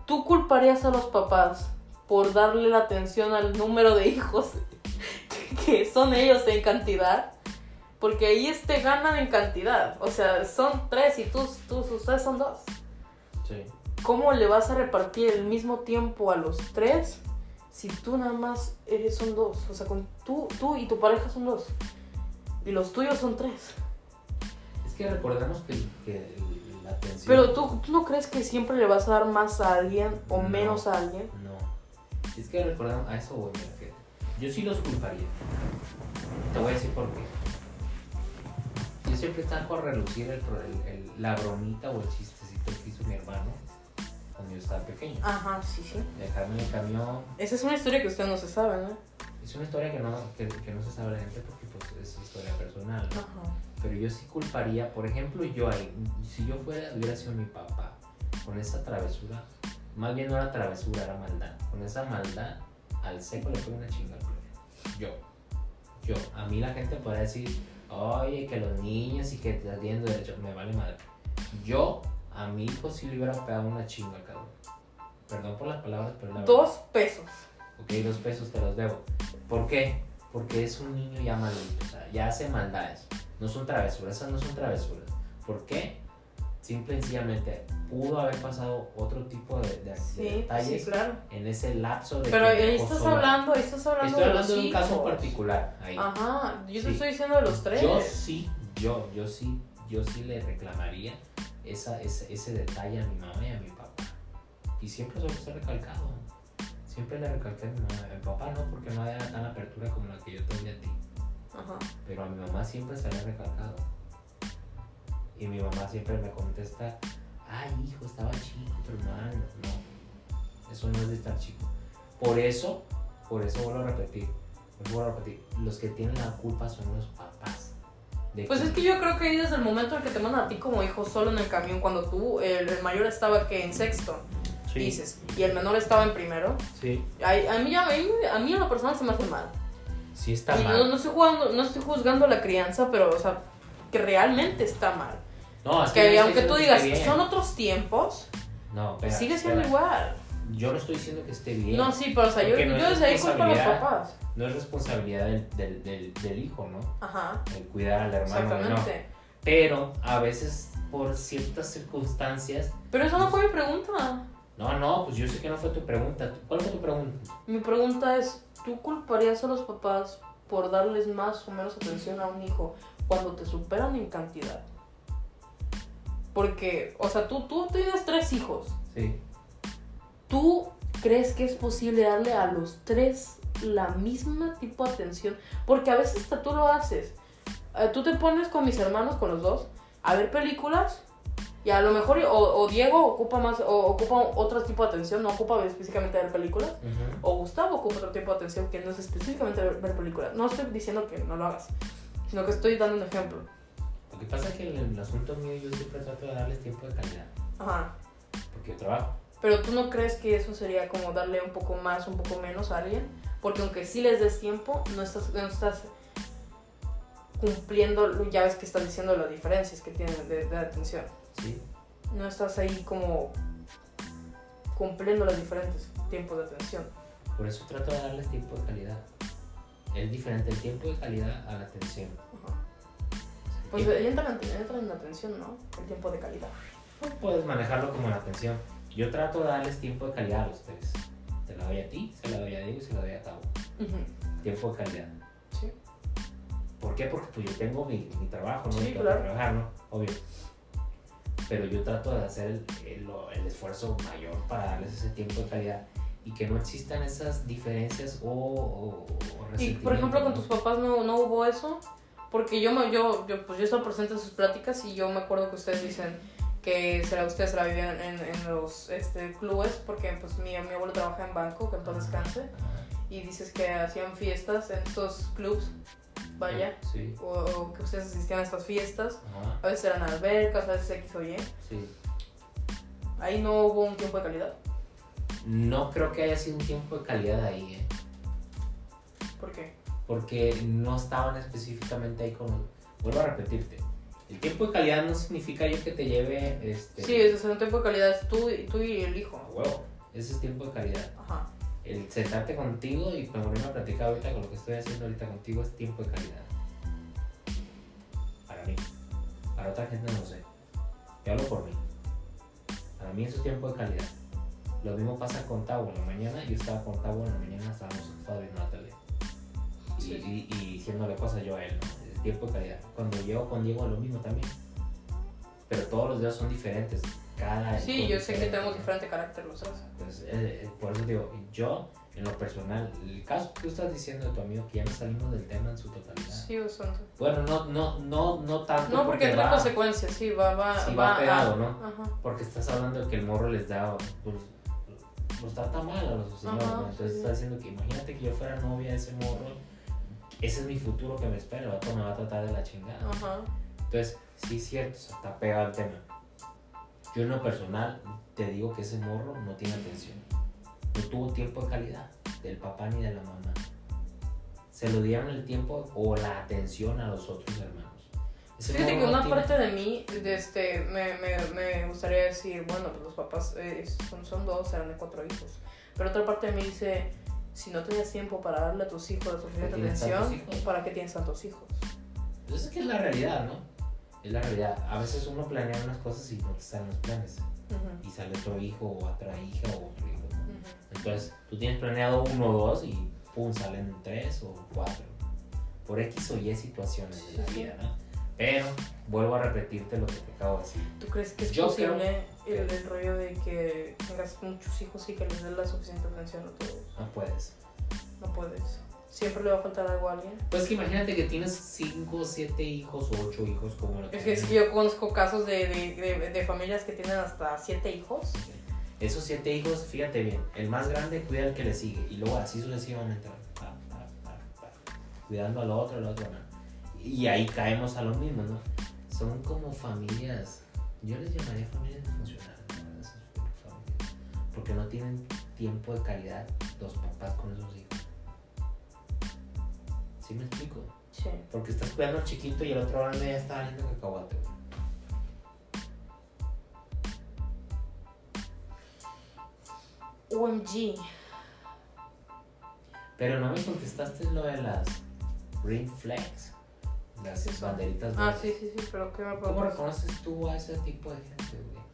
A: ¿Tú culparías a los papás por darle la atención al número de hijos que- que son ellos en cantidad? Porque ahí este ganan en cantidad. O sea, son tres y tú, tú, ustedes son dos.
B: Sí.
A: ¿Cómo le vas a repartir el mismo tiempo a los tres si tú nada más eres son dos? O sea, con tú, tú y tu pareja son dos. Y los tuyos son tres.
B: Es que recordemos que, que la atención.
A: Pero ¿tú, tú no crees que siempre le vas a dar más a alguien o
B: No.
A: menos a alguien.
B: No. Es que recordemos. A eso voy, mira, fíjate. Yo sí los culparía. Te voy a decir por qué. Yo siempre saco a relucir el, pro- el- el- la bromita o el chistecito que hizo mi hermano cuando yo estaba pequeño.
A: Ajá, sí, sí.
B: Dejarme en el camión.
A: Esa es una historia que ustedes no se saben, ¿eh?
B: Es una historia que no, que, que no se sabe la gente porque pues, es historia personal. ¿no?
A: Ajá.
B: pero yo sí culparía, por ejemplo, yo ahí, si yo fuera, hubiera sido mi papá, con esa travesura, más bien no era travesura, era maldad, con esa maldad al seco le pego una chinga al plebe. Yo, yo, a mí la gente podrá decir, oye, que los niños y que te estás viendo derecho, me vale madre. Yo, a mi hijo sí le hubiera pegado una chinga al cabrón. Perdón por las palabras, pero la verdad.
A: Dos pesos.
B: Ok, dos pesos te los debo. ¿Por qué? Porque es un niño ya maldito, o sea, ya hace maldades. No son travesuras, esas no son travesuras. ¿Por qué? Simple y sencillamente pudo haber pasado otro tipo de, de- de
A: Sí, pues sí,
B: detalles
A: claro.
B: en ese lapso de.
A: Pero
B: que me
A: ahí
B: dejó
A: estás
B: sola.
A: hablando, ahí estás hablando
B: Estoy hablando de
A: los Ah,
B: un caso
A: hijos.
B: particular. Ahí.
A: Ajá, yo te
B: Sí.
A: estoy diciendo de los tres.
B: Yo sí, yo, yo sí, yo sí le reclamaría esa, ese, ese detalle a mi mamá y a mi papá. Y siempre se los he recalcado. Siempre le recalqué a mi mamá. A mi papá no, porque no era tan apertura como la que yo tenía a ti.
A: Ajá.
B: Pero a mi mamá siempre se le he recalcado. Y mi mamá siempre me contesta, ay hijo, estaba chico tu hermano. No. eso no es de estar chico. Por eso, por eso vuelvo a repetir, vuelvo a repetir, los que tienen la culpa son los papás. De
A: Pues es que yo creo que ahí desde el momento en que te mandan a ti como hijo solo en el camión, cuando tú, el, el mayor estaba que en sexto,
B: Sí,
A: dices, y el menor estaba en primero,
B: Sí,
A: a, a mí, ya- a, mí, a mí en lo personal se me hace mal.
B: sí está
A: Y
B: mal.
A: No, no estoy jugando, no estoy juzgando la crianza, pero, o sea, que realmente está mal.
B: No, es
A: Que
B: yo no
A: aunque
B: estoy
A: tú digas,
B: diciendo que esté bien.
A: son otros tiempos,
B: No, espera,
A: Pues sigue siendo
B: espera.
A: igual.
B: Yo no estoy diciendo que esté bien.
A: No, sí, pero, o sea, yo,
B: Porque no
A: yo
B: es
A: desde ahí culpo a los
B: responsabilidad.
A: papás.
B: No es responsabilidad del, del, del, del hijo, ¿no?
A: Ajá,
B: El cuidar al hermano. No.
A: exactamente.
B: Pero a veces, por ciertas circunstancias.
A: Pero eso no fue mi pregunta.
B: No, no, pues yo sé que no fue tu pregunta. ¿Cuál fue tu pregunta?
A: Mi pregunta es, ¿tú culparías a los papás por darles más o menos atención a un hijo cuando te superan en cantidad? Porque, o sea, tú, tú tienes tres hijos.
B: Sí.
A: ¿Tú crees que es posible darle a los tres la misma tipo de atención? Porque a veces hasta tú lo haces. Eh, Tú te pones con mis hermanos, con los dos, a ver películas y a lo mejor o, o Diego ocupa más o ocupa otro tipo de atención, no ocupa específicamente ver películas
B: Ujú.
A: o Gustavo ocupa otro tipo de atención que no es específicamente ver, ver películas. No estoy diciendo que no lo hagas, sino que estoy dando un ejemplo.
B: Lo que pasa es que en el asunto mío yo siempre trato de darles tiempo de calidad.
A: Ajá.
B: Porque yo trabajo.
A: Pero tú no crees que eso sería como darle un poco más, un poco menos a alguien, porque aunque sí les des tiempo, no estás, no estás cumpliendo, lo- ya ves que estás diciendo las diferencias que tienen de, de atención.
B: Sí.
A: No estás ahí como cumpliendo los diferentes tiempos de atención.
B: Por eso trato de darles tiempo de calidad. Es diferente el tiempo de calidad a la atención.
A: Ajá. Pues
B: Y-
A: ahí entra, la- entra en la atención, ¿no? El tiempo de calidad.
B: pues, puedes manejarlo como la atención. Yo trato de darles tiempo de calidad a los tres. Se la doy a ti, se la doy a Diego y se la doy a Tavo.
A: Ujú.
B: Tiempo de calidad.
A: Sí.
B: ¿Por qué? Porque pues, yo tengo mi, mi trabajo, ¿no?
A: Sí,
B: Yo tengo
A: claro.
B: que trabajar, ¿no? Obvio. Pero yo trato de hacer el, el- lo- el esfuerzo mayor para darles ese tiempo de calidad y que no existan esas diferencias o, o, o
A: Y por ejemplo con
B: resentimientos,
A: tus papás no, no hubo eso, porque yo, me, yo, yo, pues yo estaba presente en sus pláticas y yo me acuerdo que ustedes dicen que se la, ustedes se la vivían en, en los este, clubes, porque pues mi, mi abuelo trabaja en banco, que en paz descanse,
B: ¿no? Ajá.
A: y dices que hacían fiestas en estos clubs, vaya,
B: Sí.
A: o, o que ustedes asistían a estas fiestas,
B: Ajá.
A: a veces eran albercas, a veces X o Y,
B: Sí.
A: ahí no hubo un tiempo de calidad,
B: No creo que haya sido un tiempo de calidad ahí, ¿eh?
A: ¿por qué?
B: porque no estaban específicamente ahí con... Vuelvo a repetirte, el tiempo de calidad no significa yo que te lleve este...
A: Sí, es, o sea, un tiempo de calidad es tú, y- tú y el hijo.
B: a huevo, ese es tiempo de calidad.
A: Ajá.
B: El sentarte contigo y como una plática ahorita con lo que estoy haciendo ahorita contigo es tiempo de calidad. Para mí. Para otra gente no sé. Yo hablo por mí. Para mí eso es tiempo de calidad. Lo mismo pasa con Tavo en la mañana. Yo estaba con Tavo en la mañana, estábamos estaba viendo la tele. Y,
A: Sí.
B: y- y diciéndole cosas yo a él, ¿no? Es tiempo de calidad. Cuando llego con Diego lo mismo también. Pero todos los días son diferentes. Cada
A: Sí, yo sé que
B: diferente,
A: tenemos
B: ¿no?
A: diferente carácter los dos.
B: Entonces, eh, eh, por eso digo, yo, en lo personal, el caso que tú estás diciendo de tu amigo, que ya nos salimos del tema en su totalidad.
A: Sí, o sea,
B: Bueno, no, no, no, no tanto.
A: No, porque trae
B: va-
A: consecuencias, sí, va, va,
B: Sí, va pegado, ¿no?
A: Ajá.
B: Porque estás hablando de que el morro les da, pues, los trata mal a los señores,
A: Ajá,
B: ¿no? Entonces
A: sí.
B: estás diciendo que imagínate que yo fuera novia de ese morro, ese es mi futuro que me espera, el vato me va a tratar de la chingada.
A: Ajá.
B: Entonces, sí es cierto, o sea, está pegado al tema. Yo en lo personal te digo que ese morro no tiene atención. No tuvo tiempo de calidad del papá ni de la mamá. Se lo dieron el tiempo o la atención a los otros hermanos. Ese
A: Fíjate que
B: morro no
A: una
B: tiene-
A: parte de mí, de este, me, me, me gustaría decir, bueno, pues los papás eh, son, son dos, eran de cuatro hijos. Pero otra parte de mí dice, si no tenías tiempo para darle a tus hijos la suficiente
B: tienes tantos
A: atención,
B: hijos?
A: ¿para qué tienes tantos hijos?
B: Pues es que es la realidad, ¿no? Es la realidad. A veces uno planea unas cosas y no te salen los planes.
A: Ujú,
B: Y sale otro hijo o otra hija o otro hijo. ¿no?
A: ujú.
B: Entonces, tú tienes planeado uno o dos y pum, salen tres o cuatro. Por X o Y situaciones de la
A: Sí.
B: vida, ¿no? Pero vuelvo a repetirte lo que te acabo de decir.
A: ¿Tú crees que es
B: Yo
A: posible
B: creo
A: el,
B: que-
A: el rollo de que tengas muchos hijos y que les des la suficiente atención a todos?
B: No puedes.
A: No puedes. Siempre le va a faltar algo a alguien.
B: Pues que imagínate que tienes cinco, siete hijos o ocho hijos como lo
A: Es que, es que yo conozco casos de, de- de- de familias que tienen hasta siete hijos
B: Esos siete hijos, fíjate bien, el más grande cuida al que le sigue y luego así sucesivamente, pa, pa, pa, pa, cuidando al otro, al otro, ¿no? Y ahí caemos a lo mismo, ¿no? Son como familias, yo les llamaría familias disfuncionales, ¿no? Esas familias, porque no tienen tiempo de calidad los papás con esos hijos. ¿Sí me explico?
A: Sí.
B: Porque estás cuidando al chiquito y el otro grande ya está valiendo cacahuate. güey.
A: OMG.
B: Pero no me contestaste lo de las green flags, las
A: ¿Qué son?
B: banderitas
A: Ah,
B: verdes.
A: sí, sí, sí, pero ¿qué me
B: ¿Cómo
A: puedo
B: reconoces tú a ese tipo de gente, güey?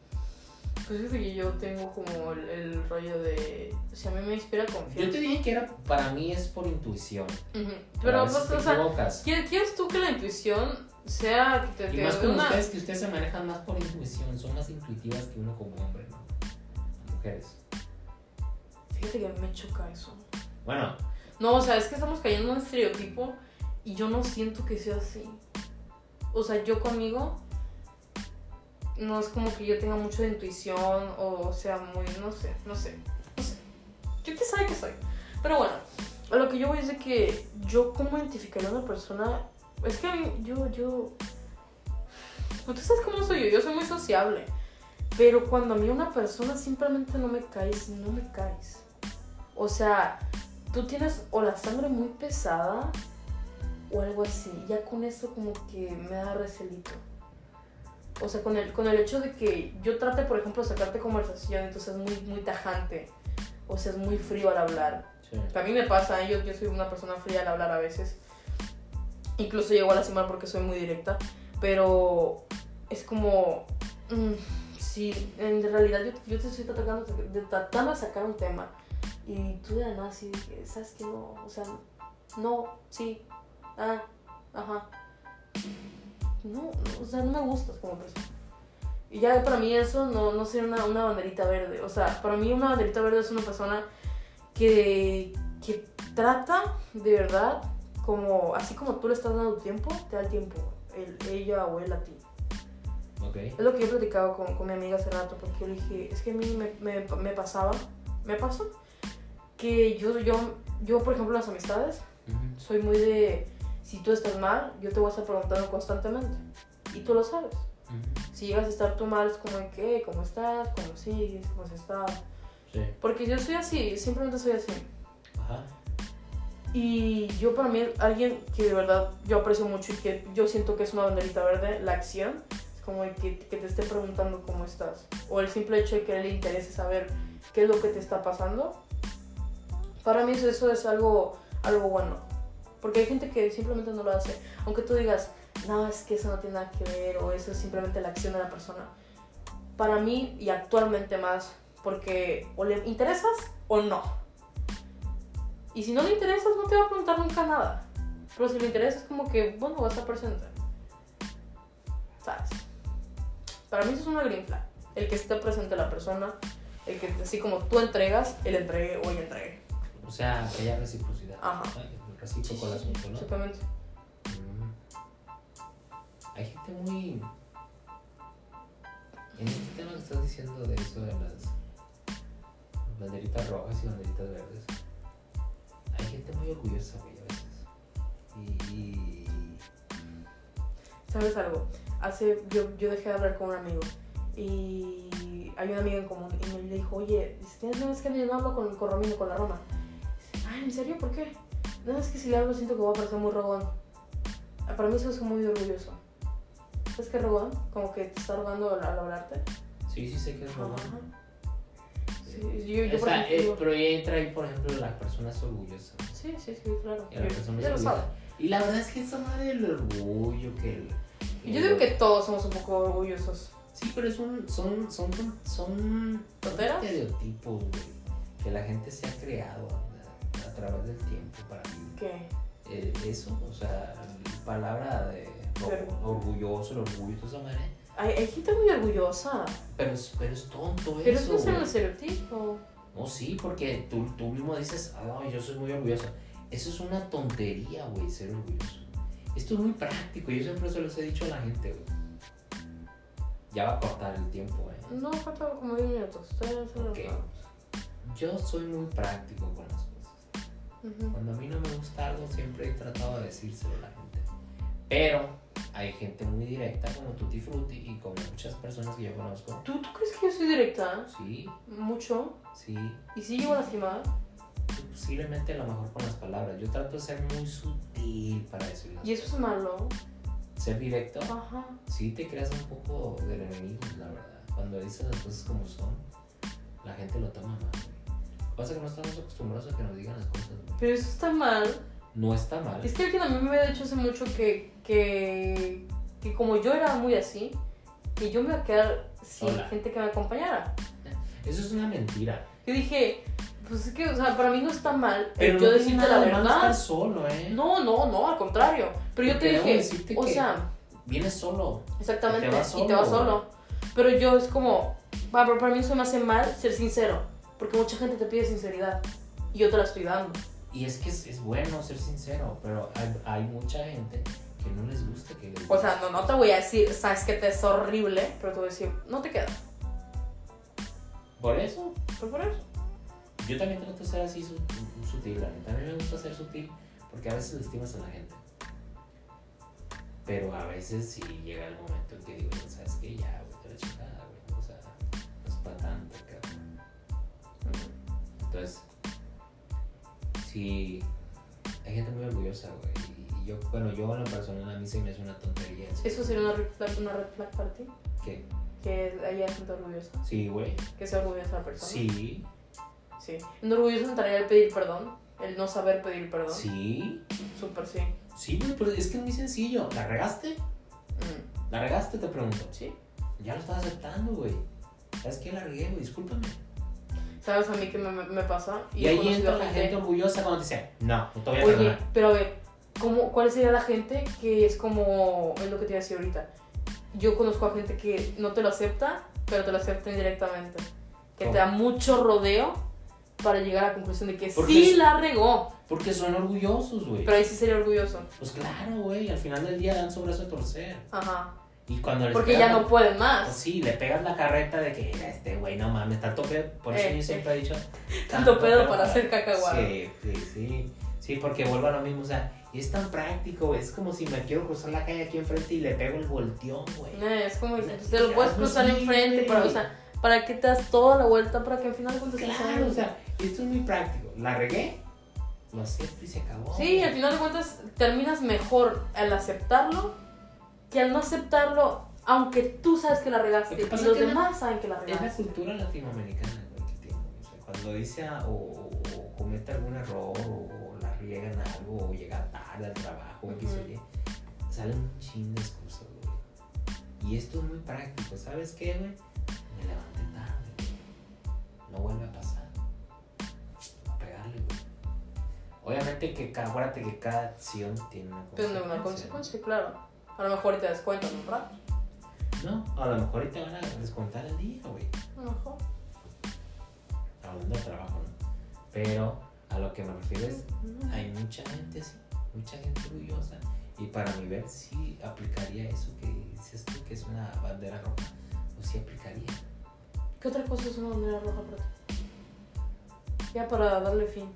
A: Pues es que yo tengo como el, el rollo de. Si a mí me inspira confianza.
B: Yo te dije que era, para mí es por intuición.
A: Ujú.
B: a
A: Pero,
B: veces
A: pues,
B: te
A: o sea,
B: equivocas.
A: ¿quiere- ¿quieres tú que la intuición sea que te
B: Y
A: te
B: más
A: dé
B: con
A: una-
B: ustedes, que ustedes se manejan más por intuición, son más intuitivas que uno como hombre, ¿no? Mujeres.
A: Fíjate que a mí me choca eso.
B: Bueno,
A: No, o sea, es que estamos cayendo en un estereotipo y yo no siento que sea así. O sea, yo conmigo no es como que yo tenga mucho de intuición o sea muy, no sé, no sé, no sé. Yo qué sabe que soy. Pero bueno, a lo que yo voy es de que yo cómo identificaría a una persona... Es que a mí- yo, yo... Pues tú sabes cómo soy yo, yo soy muy sociable. Pero cuando a mí una persona simplemente no me caes, no me caes. O sea, tú tienes o la sangre muy pesada o algo así. Ya con eso como que me da recelito. O sea, con el, con el hecho de que yo trate, por ejemplo, de sacarte conversación, entonces es muy, muy tajante. O sea, es muy frío al hablar.
B: sí.
A: A mí me pasa, ¿eh? yo, yo soy una persona fría al hablar a veces. Incluso llego a lastimar porque soy muy directa. Pero es como... mm, si en realidad yo, yo te estoy tratando de, tratando de sacar un tema. Y tú de la nada así, de que, ¿sabes que No, o sea, no, sí, ah, ajá. No, no, o sea, no me gustas como persona. Y ya para mí eso no, no sería una, una banderita verde. O sea, para mí una banderita verde es una persona que, que trata de verdad como, así como tú le estás dando tiempo, te da el tiempo, el, ella o él a ti.
B: Ok.
A: Es lo que yo platicaba con, con mi amiga hace rato, porque yo le dije, es que a mí me, me- me pasaba, me pasó, que yo, yo, yo, por ejemplo, las amistades,
B: Ujú.
A: soy muy de, si tú estás mal, yo te voy a estar preguntando constantemente, y tú lo sabes.
B: Ujú.
A: Si llegas a estar tú mal, es como, de que, ¿Cómo estás? ¿Cómo sigues? ¿Cómo has estado?
B: Sí.
A: Porque yo soy así, simplemente soy así.
B: Ajá.
A: Y yo para mí, alguien que de verdad yo aprecio mucho y que yo siento que es una banderita verde, la acción, es como de que, que te esté preguntando cómo estás. O el simple hecho de que a él le interese saber qué es lo que te está pasando. Para mí eso, eso es algo, algo bueno. Porque hay gente que simplemente no lo hace. Aunque tú digas, no, es que eso no tiene nada que ver o eso es simplemente la acción de la persona. Para mí y actualmente más, porque o le interesas o no. Y si no le interesas, no te va a preguntar nunca nada. Pero si le interesas, como que, bueno, va a estar presente. ¿Sabes? Para mí eso es una green flag. El que esté presente la persona, el que así como tú entregas, él entregue o ella entregue.
B: O sea, que haya reciprocidad.
A: Ajá.
B: El reciclo con el asunto, ¿no?
A: Exactamente.
B: Mm. Hay gente muy. En este tema que estás diciendo de eso de las banderitas rojas y banderitas verdes, hay gente muy orgullosa, güey, a veces. Y. y-
A: ¿Sabes algo? Hace, yo, yo dejé de hablar con un amigo y hay una amiga en común y me le dijo, oye, dice, ¿tienes no, es que yo no hablo con, con Romino, con la Roma. Dice, Ay, ¿en serio? ¿Por qué? No, es que si le hablo siento que voy a parecer muy rogón. Ah, Para mí eso es muy orgulloso. ¿Sabes qué rogón? Como que te está rogando al, al hablarte.
B: Sí, sí, sé que es normal.
A: Ajá. Sí, yo, yo por
B: Esa- eh,
A: ejemplo,
B: pero ya entra ahí, por ejemplo, la persona es orgullosa.
A: Sí, sí, sí, claro.
B: Y la persona es
A: Ya lo
B: orgullosa.
A: sabe.
B: Y la verdad es que esa madre del orgullo, que el.
A: Yo
B: el-
A: digo que todos somos un poco orgullosos.
B: Sí, pero es un, son, son, son
A: ¿Tonteras?
B: estereotipos, güey, que la gente se ha creado a, a través del tiempo para mí.
A: ¿Qué?
B: Eh, eso, o sea, la palabra de or-
A: Pero-
B: orgulloso, el orgullo, toda esa madre,
A: Hay, hay gente muy orgullosa.
B: pero es, pero es tonto
A: Pero
B: eso.
A: eso es un
B: güey.
A: estereotipo.
B: No, sí, porque tú, tú mismo dices, ah, no, yo soy muy orgulloso. Eso es una tontería, güey, ser orgulloso. Esto es muy práctico, yo siempre se los he dicho a la gente, güey. Ya va a cortar el tiempo, ¿eh?
A: No, falta como 10 minutos. Todavía se lo
B: Ok. Yo soy muy práctico con las cosas.
A: Ujú.
B: Cuando a mí no me gusta algo, siempre he tratado de decírselo a la gente. Pero hay gente muy directa, como Tutti Frutti y como muchas personas que yo conozco.
A: ¿Tú, ¿Tú crees que yo soy directa?
B: Sí,
A: Mucho.
B: sí,
A: ¿Y si llego a lastimar?
B: posiblemente a lo mejor con las palabras. Yo trato de ser muy sutil para decir las
A: ¿Y eso es
B: cosas.
A: malo?
B: Ser directo,
A: Ajá.
B: sí te creas un poco del enemigo, la verdad. Cuando dices las cosas como son, la gente lo toma mal. güey. Lo que pasa es que no estamos acostumbrados a que nos digan las cosas. güey.
A: Pero eso está mal.
B: No está mal.
A: Es que alguien a mí me había dicho hace mucho que, que, que como yo era muy así, que yo me iba a quedar sin
B: Sola.
A: gente que me acompañara.
B: Eso es una mentira.
A: Yo dije, pues es que, o sea, para mí no está mal el yo
B: Pero no tiene
A: decirte la
B: nada de malo estar
A: verdad.
B: solo, ¿eh?
A: No, no, no, al contrario. Pero yo te
B: Porque debo
A: dije,
B: decirte
A: o
B: que-
A: sea,
B: Vienes solo.
A: exactamente,
B: te vas
A: y te vas
B: solo.
A: solo. Pero yo es como, va, pero para mí eso me hace mal ser sincero, porque mucha gente te pide sinceridad y yo te la estoy dando.
B: Y es que es, es bueno ser sincero, pero hay, hay mucha gente que no les gusta que les
A: O sea, no, no te voy a decir, sabes que te es horrible, pero te voy a decir, no te quedas.
B: Por eso,
A: Pero por eso.
B: yo también trato de ser así su- sutil, la neta. A mí me gusta ser sutil porque a veces lastimas a la gente. Pero a veces sí llega el momento en que digo, ¿sabes qué? Ya, güey, te la chingada, güey. O sea, no es para tanto, cabrón. Entonces, sí, hay gente muy orgullosa, güey. Y yo, bueno, yo en lo personal a mí se me hace una tontería.
A: Eso sería una red flag, una red flag para ti.
B: ¿Qué?
A: Que ella es orgullosa.
B: Sí, güey.
A: Que sea orgullosa la persona.
B: Sí,
A: Sí. En orgullosa entraría el pedir perdón. El no saber pedir perdón.
B: sí,
A: Súper sí.
B: sí, güey, pero es que es muy sencillo. ¿La regaste?
A: Mm,
B: ¿La regaste? Te pregunto.
A: Sí.
B: Ya lo estás aceptando, güey. ¿Sabes qué? La regué, güey, discúlpame.
A: ¿Sabes a mí qué me, me- me pasa?
B: Y
A: he
B: ahí
A: conocido
B: entra
A: a
B: la gente orgullosa cuando te dice, no, no te voy a
A: Oye,
B: perdonar.
A: pero a ver, ¿cómo, ¿cuál sería la gente que es como. Es lo que te iba a decir ahorita. Yo conozco a gente que no te lo acepta, pero te lo acepta indirectamente. Que
B: ¿Cómo?
A: te da mucho rodeo para llegar a la conclusión de que
B: Porque
A: sí
B: es-
A: la regó.
B: Porque son orgullosos, güey.
A: Pero ahí sí sería orgulloso.
B: Pues claro, güey, al final del día dan su brazo a torcer.
A: Ajá.
B: Y cuando les
A: Porque
B: pegan
A: ya
B: la-
A: no pueden
B: Pues
A: más.
B: sí, le pegas la carreta de que "Mira, este güey no mames, tanto pedo. Por eso
A: Eh,
B: yo siempre he dicho.
A: Este, Tanto pedo para hacer cacahuate.
B: Sí, sí, sí. Sí, porque vuelvo a lo mismo. O sea, y es tan práctico, güey. Es como si me quiero cruzar la calle aquí enfrente y le pego el volteón, güey.
A: No, es como dicen, pues, te lo puedes cruzar
B: Sí,
A: enfrente,
B: güey.
A: para, o sea, para que te das toda la vuelta para que al final cuentas
B: Claro, o sea, esto es muy práctico. La regué, lo acepto y se acabó.
A: Sí,
B: güey.
A: al final de cuentas terminas mejor al aceptarlo que al no aceptarlo, aunque tú sabes que la regaste
B: Lo
A: y
B: que pasa
A: los
B: es que
A: demás saben que la
B: Es la
A: regaste.
B: cultura latinoamericana, güey, que tiene. O sea, cuando dice ah, o, o- o comete algún error o, o la riega en algo o llega tarde al trabajo, X o Y, salen un chin de excusas, güey. Y esto es muy práctico. ¿Sabes qué, güey? Me levanté tarde, güey. No vuelve a pasar. A pegarle, güey. Obviamente que ca- acuérdate que cada acción tiene una
A: Tiene una consecuencia, claro. A lo mejor te das cuenta, ¿no? ¿verdad?
B: No, a lo mejor ahorita van a descontar el día, güey.
A: A lo mejor.
B: hablando de trabajo, ¿no? Pero a lo que me refiero es, hay mucha gente así, mucha gente orgullosa. Y para mi ver, sí aplicaría eso que dices tú, que es una bandera roja. O sí aplicaría.
A: ¿Qué otra cosa es una bandera roja para ti? Ya para darle fin,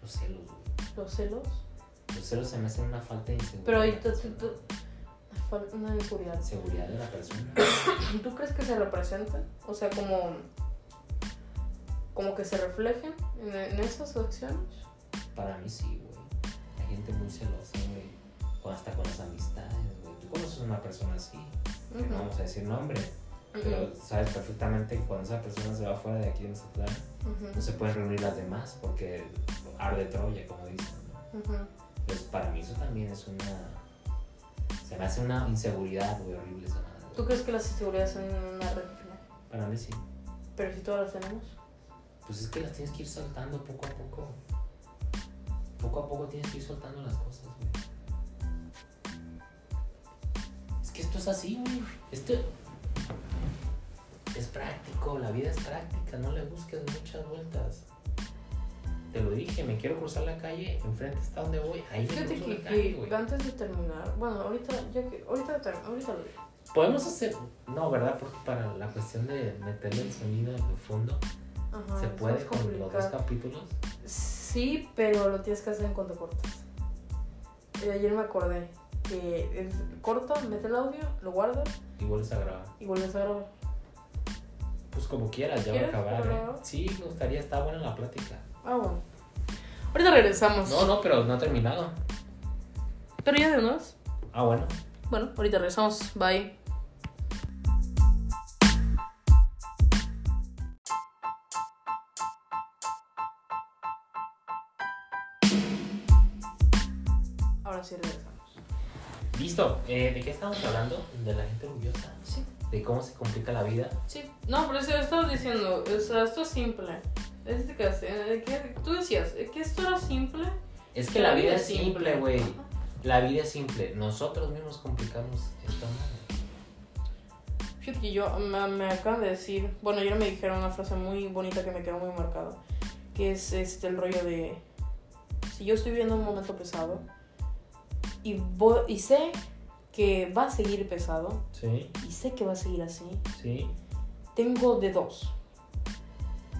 B: Los celos, güey.
A: los celos.
B: Los celos se me hacen una falta de inseguridad.
A: Pero ahí
B: de la
A: tú- tú-
B: persona.
A: tú- Fal- Una inseguridad.
B: Seguridad de la persona.
A: ¿Tú crees que se representa? O sea, como. como que se reflejen en, en esas acciones.
B: Para mí sí, güey. Hay gente muy celosa, güey. O hasta con las amistades, güey. Tú conoces una persona así. que
A: Ujú.
B: No vamos a decir nombre. Pero sabes perfectamente que cuando esa persona se va fuera de aquí de Mazatlán,
A: Ujú,
B: no se pueden reunir las demás porque arde Troya, como dicen. ¿no?
A: ujú, ujú.
B: Pues para mí eso también es una. Se me hace una inseguridad, güey, horrible esa madre. güey.
A: ¿Tú crees que las inseguridades son una red flag?
B: Para mí sí.
A: Pero si todas las tenemos.
B: Pues es que las tienes que ir soltando poco a poco. Poco a poco tienes que ir soltando las cosas, güey. Es que esto es así, güey. Esto es práctico, la vida es práctica, no le busques muchas vueltas. Te lo dije, me quiero cruzar la calle, enfrente está donde voy, ahí me
A: Fíjate
B: cruzo
A: que, eh,
B: la calle,
A: que
B: güey.
A: antes de terminar, bueno, ahorita, ya que, ahorita, ter- ahorita lo digo.
B: Podemos hacer. No, ¿verdad? Porque para la cuestión de meterle el sonido en el fondo,
A: Ajá,
B: ¿se
A: eso
B: puede
A: Ah, es
B: con los dos
A: complicado.
B: capítulos?
A: Sí, pero lo tienes que hacer en cuanto cortas. Y ayer me acordé que es- corto, meto el audio, lo guardo
B: Y vuelves a grabar.
A: y vuelves a grabar.
B: Pues como quieras, ya va a
A: ¿Quieres
B: acabar. ¿eh?
A: grabar?
B: Sí, me gustaría, está buena la plática.
A: Ah, bueno. Ahorita regresamos.
B: No, no, pero no ha terminado.
A: Pero ya de unos.
B: Ah, bueno.
A: Bueno, ahorita regresamos. Bye. Ahora sí regresamos.
B: Listo. Eh, ¿De qué estamos hablando? De la gente orgullosa.
A: Sí.
B: De cómo se complica la vida.
A: Sí, no, pero eso estabas diciendo, o sea, esto es simple. Es de que, eh, que- tú decías eh, que esto era simple.
B: Es que la vida es simple, güey. La vida es simple. Nosotros mismos complicamos esta madre.
A: Fíjate que yo me, me acaban de decir, bueno, ayer me dijeron una frase muy bonita que me quedó muy marcada, que es este el rollo de si yo estoy viviendo un momento pesado y vo- y sé que va a seguir pesado
B: Sí,
A: y sé que va a seguir así,
B: sí.
A: tengo de dos.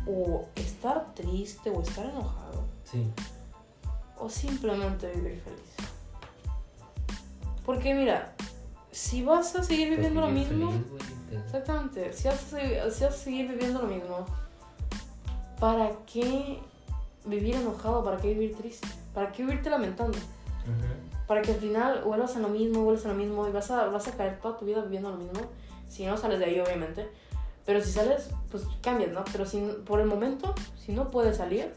A: O estar triste o estar enojado.
B: Sí.
A: o simplemente vivir feliz. Porque mira, si vas a seguir viviendo lo
B: Pues vivir
A: mismo,
B: feliz, güey, te-
A: exactamente, si vas, a, segui- si vas a seguir viviendo lo mismo, ¿para qué vivir enojado? ¿Para qué vivir triste? ¿Para qué vivirte lamentando?
B: Ujú.
A: Para que al final vuelvas a lo mismo, vuelvas a lo mismo y vas a, vas a caer toda tu vida viviendo lo mismo. Si no sales de ahí, obviamente. Pero si sales, pues cambias, ¿no? Pero si, por el momento, si no puedes salir,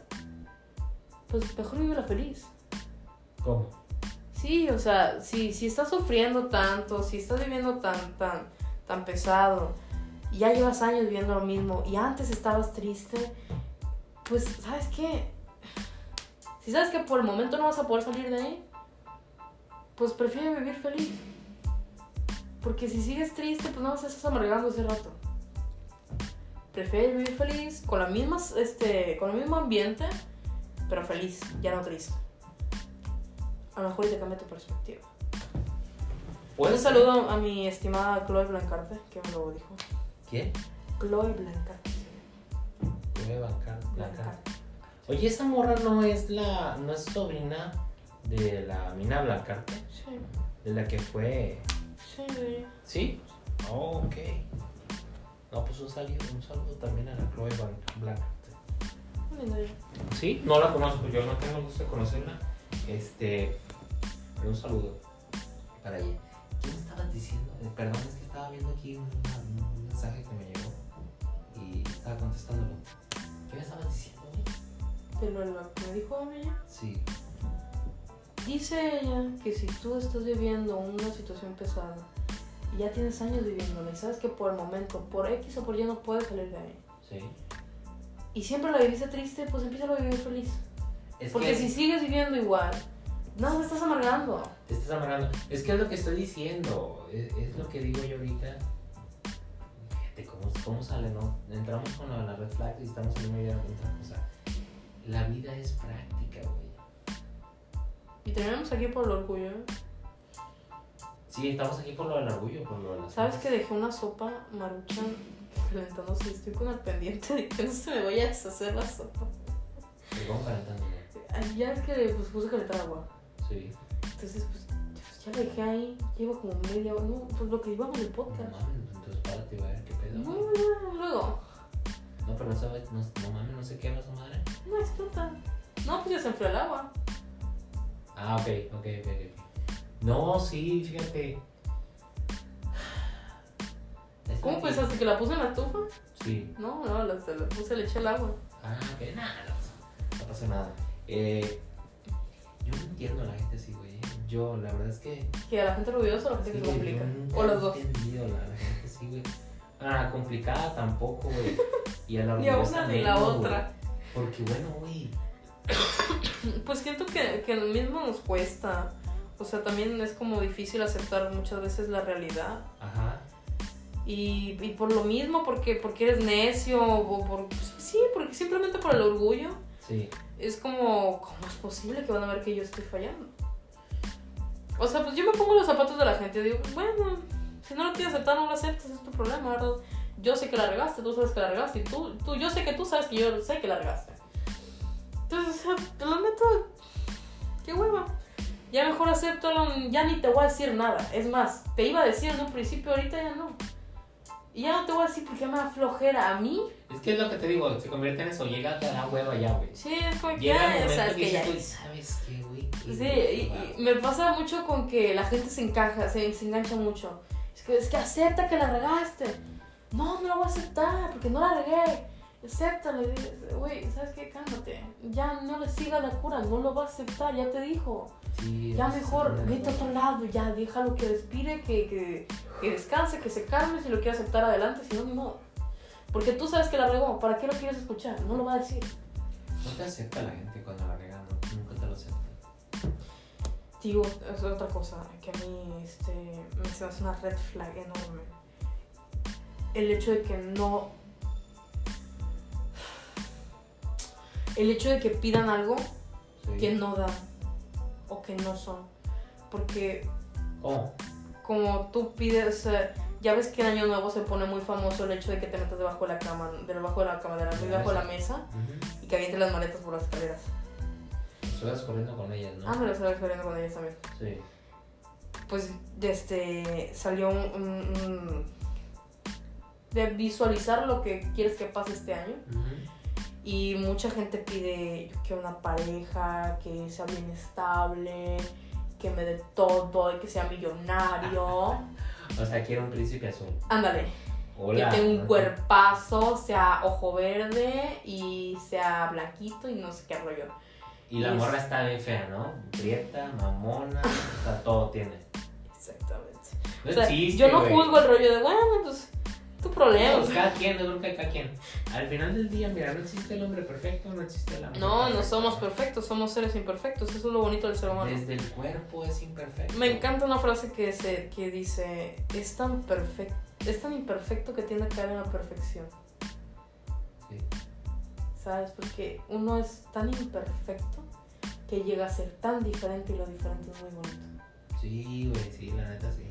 A: pues mejor vivirla feliz.
B: ¿Cómo?
A: Sí, o sea, si, si estás sufriendo tanto, si estás viviendo tan, tan, tan pesado, y ya llevas años viviendo lo mismo, y antes estabas triste, pues, ¿sabes qué? Si sabes que por el momento no vas a poder salir de ahí, pues prefiere vivir feliz. Porque si sigues triste, pues nada más estás amargando ese rato. Prefiere vivir feliz con, la misma, este, con el mismo ambiente, pero feliz, ya no triste. A lo mejor y te cambia tu perspectiva. Un
B: Puedes-
A: saludo a mi estimada Chloe Blancarte, que me lo dijo.
B: ¿Quién?
A: Chloe Blancarte.
B: Debe bancar, placar.
A: Blancarte.
B: Oye, esa morra no es la. no es sobrina de la mina Blancarte,
A: Sí,
B: de la que fue.
A: sí, sí.
B: ¿Sí? Oh, ok. No, pues un saludo, un saludo también a la Chloe Ban- Blancarte.
A: Muy lindo ella.
B: Sí, no la conozco, yo no tengo el gusto de conocerla. Este. pero un saludo para ella. ¿Qué me estabas diciendo? Eh, Perdón, es que estaba viendo aquí una- un mensaje que me llegó y estaba contestándolo. ¿Qué me estabas diciendo? güey?
A: De lo- lo que me dijo ella.
B: Sí.
A: Dice ella que si tú estás viviendo una situación pesada y ya tienes años viviéndola y sabes que por el momento, por X o por Y no puedes salir de ahí.
B: Sí.
A: Y siempre la viviste triste, pues empieza a vivir feliz.
B: Es
A: Porque
B: que
A: si sigues viviendo igual, no, te estás amargando.
B: te estás amargando. Es que es lo que estoy diciendo. Es, es lo que digo yo ahorita. Fíjate cómo, cómo sale, ¿no? Entramos con la, la red flag y estamos en una idea de otra cosa. La vida es práctica, güey.
A: Y terminamos aquí por el orgullo. ¿eh?
B: Sí, estamos aquí por lo del orgullo, por lo de las
A: ¿Sabes que
B: cosas.
A: dejé una sopa maruchan calentándose? Estoy con el pendiente de que no se me vaya a deshacer la sopa.
B: Y vamos calentando, ¿no?
A: Ayer que pues puse a calentar agua.
B: Sí.
A: Entonces pues, pues, ya la dejé ahí. Llevo como media hora. No, pues lo que llevamos del
B: No
A: podcast.
B: mames, entonces párate y va a ver qué pedo.
A: No,
B: güey.
A: no, no, luego.
B: No, pero no sabes, no, no mames, no sé qué habla esa madre.
A: No explota. No, pues ya se enfrió el agua.
B: Ah, ok, ok, ok, ok. No, sí, fíjate. Es
A: ¿Cómo
B: que-
A: pensaste que la puse en la estufa?
B: Sí.
A: No, no, la, se la puse, le eché el agua.
B: Ah, que nada, no, no pasa nada. Eh, yo no entiendo a la gente así, güey. Yo, la verdad es que.
A: Que a la gente orgullosa o la gente que se
B: güey, yo
A: complica.
B: nunca
A: O los dos.
B: he entendido la, la gente así, güey. Ah, complicada tampoco, güey. Y a la
A: Ni a
B: orgullosa
A: una ni la
B: menos, güey.
A: otra.
B: Porque, bueno, güey.
A: Pues siento que, que lo mismo nos cuesta. O sea, también es como difícil aceptar muchas veces la realidad.
B: Ajá.
A: Y, y por lo mismo, porque, porque eres necio, o por, pues, sí, porque simplemente por el orgullo,
B: Sí.
A: es como, ¿cómo es posible que van a ver que yo estoy fallando? O sea, pues yo me pongo los zapatos de la gente y digo, bueno, Si no lo quieres aceptar, no lo aceptes, es tu problema, ¿verdad? Yo sé que la regaste, tú sabes que la regaste, y tú, tú, yo sé que tú sabes que yo sé que la regaste. Entonces, o sea, te lo meto, qué hueva. Ya mejor acepto, ya ni te voy a decir nada. Es más, te iba a decir en un principio, ahorita ya no. Y ya no te voy a decir porque me da flojera a mí.
B: Es que es lo que te digo, se convierte en eso, llega a la hueva ya, güey.
A: Sí, es como que
B: Llega el
A: ya,
B: momento
A: sabes
B: que
A: que ya.
B: dices, güey, ¿sabes qué, güey? Qué
A: Sí,
B: hueva.
A: y, y me pasa mucho con que la gente se encaja, se, se engancha mucho. Es que, es que acepta que la regaste. No, no la voy a aceptar porque no la regué. Acéptalo. Y dices, Güey, ¿sabes qué? Cálmate. Ya no le siga la cura, no lo va a aceptar, ya te dijo.
B: Sí,
A: Ya
B: es-
A: mejor,
B: es-
A: vete a otro lado, ya déjalo que respire, que, que, que descanse, que se calme. Si lo quiere aceptar, adelante, si no, ni modo. Porque tú sabes que la regó, ¿para qué lo quieres escuchar? No lo va a decir.
B: No te acepta la gente cuando la regan, no, nunca te lo acepta.
A: Digo, es otra cosa que a mí este, me se me hace una red flag enorme. El hecho de que no. El hecho de que pidan algo
B: Sí.
A: que no dan o que no son. Porque
B: ¿Cómo?
A: como tú pides. eh, ya ves que en Año Nuevo se pone muy famoso el hecho de que te metas debajo de la cama, debajo de la cama, de la- debajo de la mesa
B: Ujú.
A: y que avientes las maletas por las escaleras.
B: Estuvieras corriendo con ellas, ¿no?
A: Ah, me lo estaba experimentando con ellas también.
B: Sí.
A: pues este salió un, un- un- de visualizar lo que quieres que pase este año
B: Ujú.
A: y mucha gente pide que una pareja que sea bien estable que me dé todo y que sea millonario
B: O sea, quiero un príncipe azul.
A: ándale
B: Hola.
A: que tenga un
B: Ajá.
A: cuerpazo sea ojo verde y sea blanquito y no sé qué rollo
B: Y la
A: Yes.
B: morra está bien fea, ¿no? Prieta, mamona, o sea, todo tiene.
A: exactamente
B: No
A: O sea,
B: existe,
A: yo no
B: güey.
A: juzgo el rollo de bueno pues tu problema
B: No, cada quien, yo creo que cada quien. Al final del día, mira, no existe el hombre perfecto, no existe la mujer
A: No, no
B: perfecta.
A: somos perfectos, somos seres imperfectos. Eso es lo bonito del ser humano.
B: Desde el cuerpo es imperfecto.
A: Me encanta una frase que, se, que dice, es tan, perfecto, es tan imperfecto que tiende a caer en la perfección.
B: Sí.
A: ¿Sabes? Porque uno es tan imperfecto que llega a ser tan diferente y lo diferente es muy bonito.
B: Sí, güey, sí, la neta sí.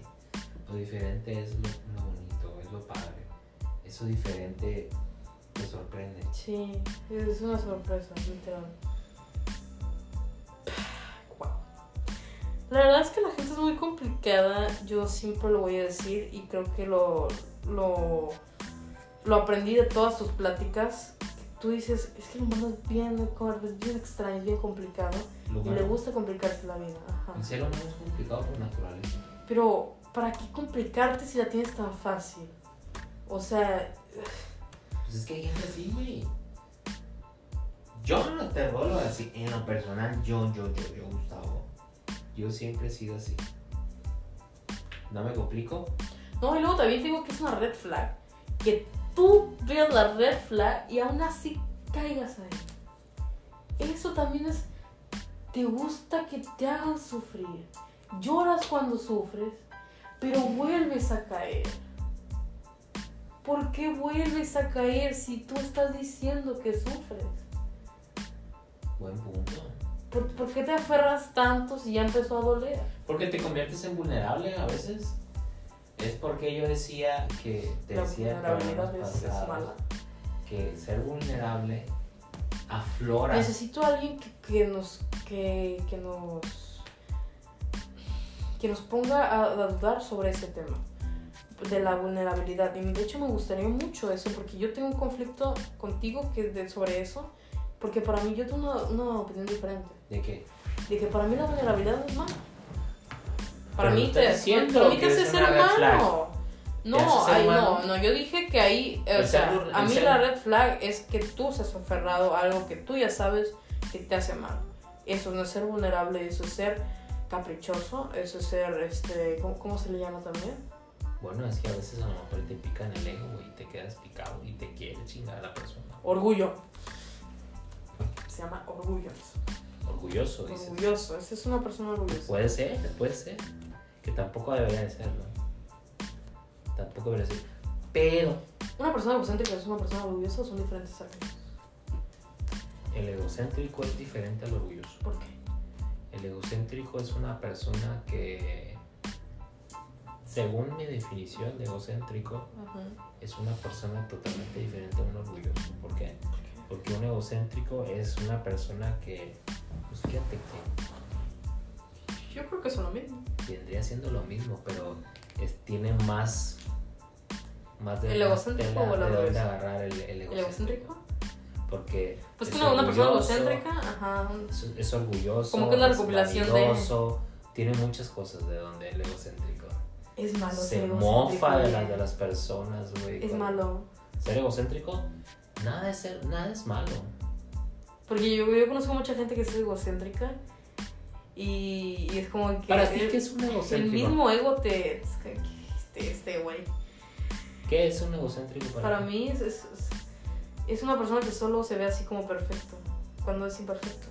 B: Lo diferente es lo, lo bonito, es lo padre. Eso diferente te sorprende.
A: Sí, es una sorpresa, literal. Wow. La verdad es que la gente es muy complicada, yo siempre lo voy a decir y creo que lo, lo, lo aprendí de todas tus pláticas. que Tú dices, es que el humano es bien, es bien extraño, es bien complicado
B: Lo
A: y
B: bueno.
A: le gusta complicarse la vida. Ajá.
B: El ser humano es complicado por naturaleza.
A: Pero, ¿para qué complicarte si la tienes tan fácil? O sea,
B: Pues es que hay gente así, güey. Yo no te vuelvo a decir, en lo personal, yo, yo, yo, yo, Gustavo. Yo siempre he sido así. No me complico.
A: No, y luego también te digo que es una red flag. Que tú veas la red flag y aún así caigas ahí. Eso también es. Te gusta que te hagan sufrir. Lloras cuando sufres, pero vuelves a caer. ¿Por qué vuelves a caer si tú estás diciendo que sufres?
B: Buen punto.
A: ¿Por, por qué te aferras tanto si ya empezó a doler?
B: Porque te conviertes en vulnerable a veces. Es porque yo decía que te
A: La
B: decía en
A: vulnerabilidad
B: programas
A: es, es
B: pasados
A: mala.
B: que ser vulnerable aflora.
A: Necesito a alguien que, que nos. Que, que nos. que nos ponga a, a dudar sobre ese tema. De la vulnerabilidad. Y de hecho me gustaría mucho eso, porque yo tengo un conflicto contigo que de- sobre eso. Porque para mí yo tengo una, una opinión diferente.
B: ¿De qué?
A: De que para mí la vulnerabilidad es mala. Para
B: Pero
A: mí,
B: estás
A: te,
B: diciendo
A: para mí
B: que
A: te hace
B: es
A: ser
B: una red flag.
A: humano.
B: Te hace
A: No,
B: ser
A: ay,
B: humano.
A: no, no, yo dije que ahí, eh,
B: El
A: o sea,
B: ser- el
A: a mí
B: ser-
A: la red flag es que tú seas aferrado a algo que tú ya sabes que te hace mal. Eso no es ser vulnerable, eso es ser caprichoso, eso es ser, este, ¿cómo, cómo se le llama también?
B: Bueno, es que a veces a lo mejor te pican el ego güey, y te quedas picado y te quiere chingar a la persona.
A: Orgullo. Se llama orgullo.
B: Orgulloso, dices.
A: Orgulloso, esa es una persona orgullosa.
B: Puede ser, puede ser. Que tampoco debería de ser, ¿no? Tampoco debería ser. Pero
A: Una persona egocéntrica es una persona orgullosa son diferentes términos.
B: el egocéntrico es diferente al orgulloso.
A: ¿Por qué?
B: El egocéntrico es una persona que según mi definición de egocéntrico, es una persona totalmente diferente a un orgulloso. ¿Por qué? Porque un egocéntrico es una persona que, pues fíjate que
A: Yo creo que son lo mismo.
B: vendría siendo lo mismo, pero es- tiene más... más
A: ¿El
B: más
A: egocéntrico
B: tela
A: o el
B: de dónde
A: orgulloso?
B: agarrar el, el
A: ¿El
B: egocéntrico.
A: egocéntrico?
B: Porque
A: Pues
B: es
A: que una, una persona
B: orgulloso,
A: egocéntrica, ajá. un-
B: Es, es orgulloso.
A: Como que una
B: es
A: recopilación de-
B: vanidoso, Tiene muchas cosas de donde el egocéntrico.
A: Es malo
B: se
A: ser
B: mofa
A: egocéntrico,
B: de, las
A: güey.
B: de las personas, güey.
A: Es
B: Con-
A: malo.
B: Ser egocéntrico, nada es, ser- nada es malo.
A: Porque yo, yo conozco mucha gente que es egocéntrica y, y es como que.
B: Para ti, ¿qué es un egocéntrico?
A: El mismo ego te. es que- Este, este güey.
B: ¿Qué es un egocéntrico para,
A: Para
B: ti?
A: mí es, es, es- es una persona que solo se ve así como perfecto, cuando es imperfecto.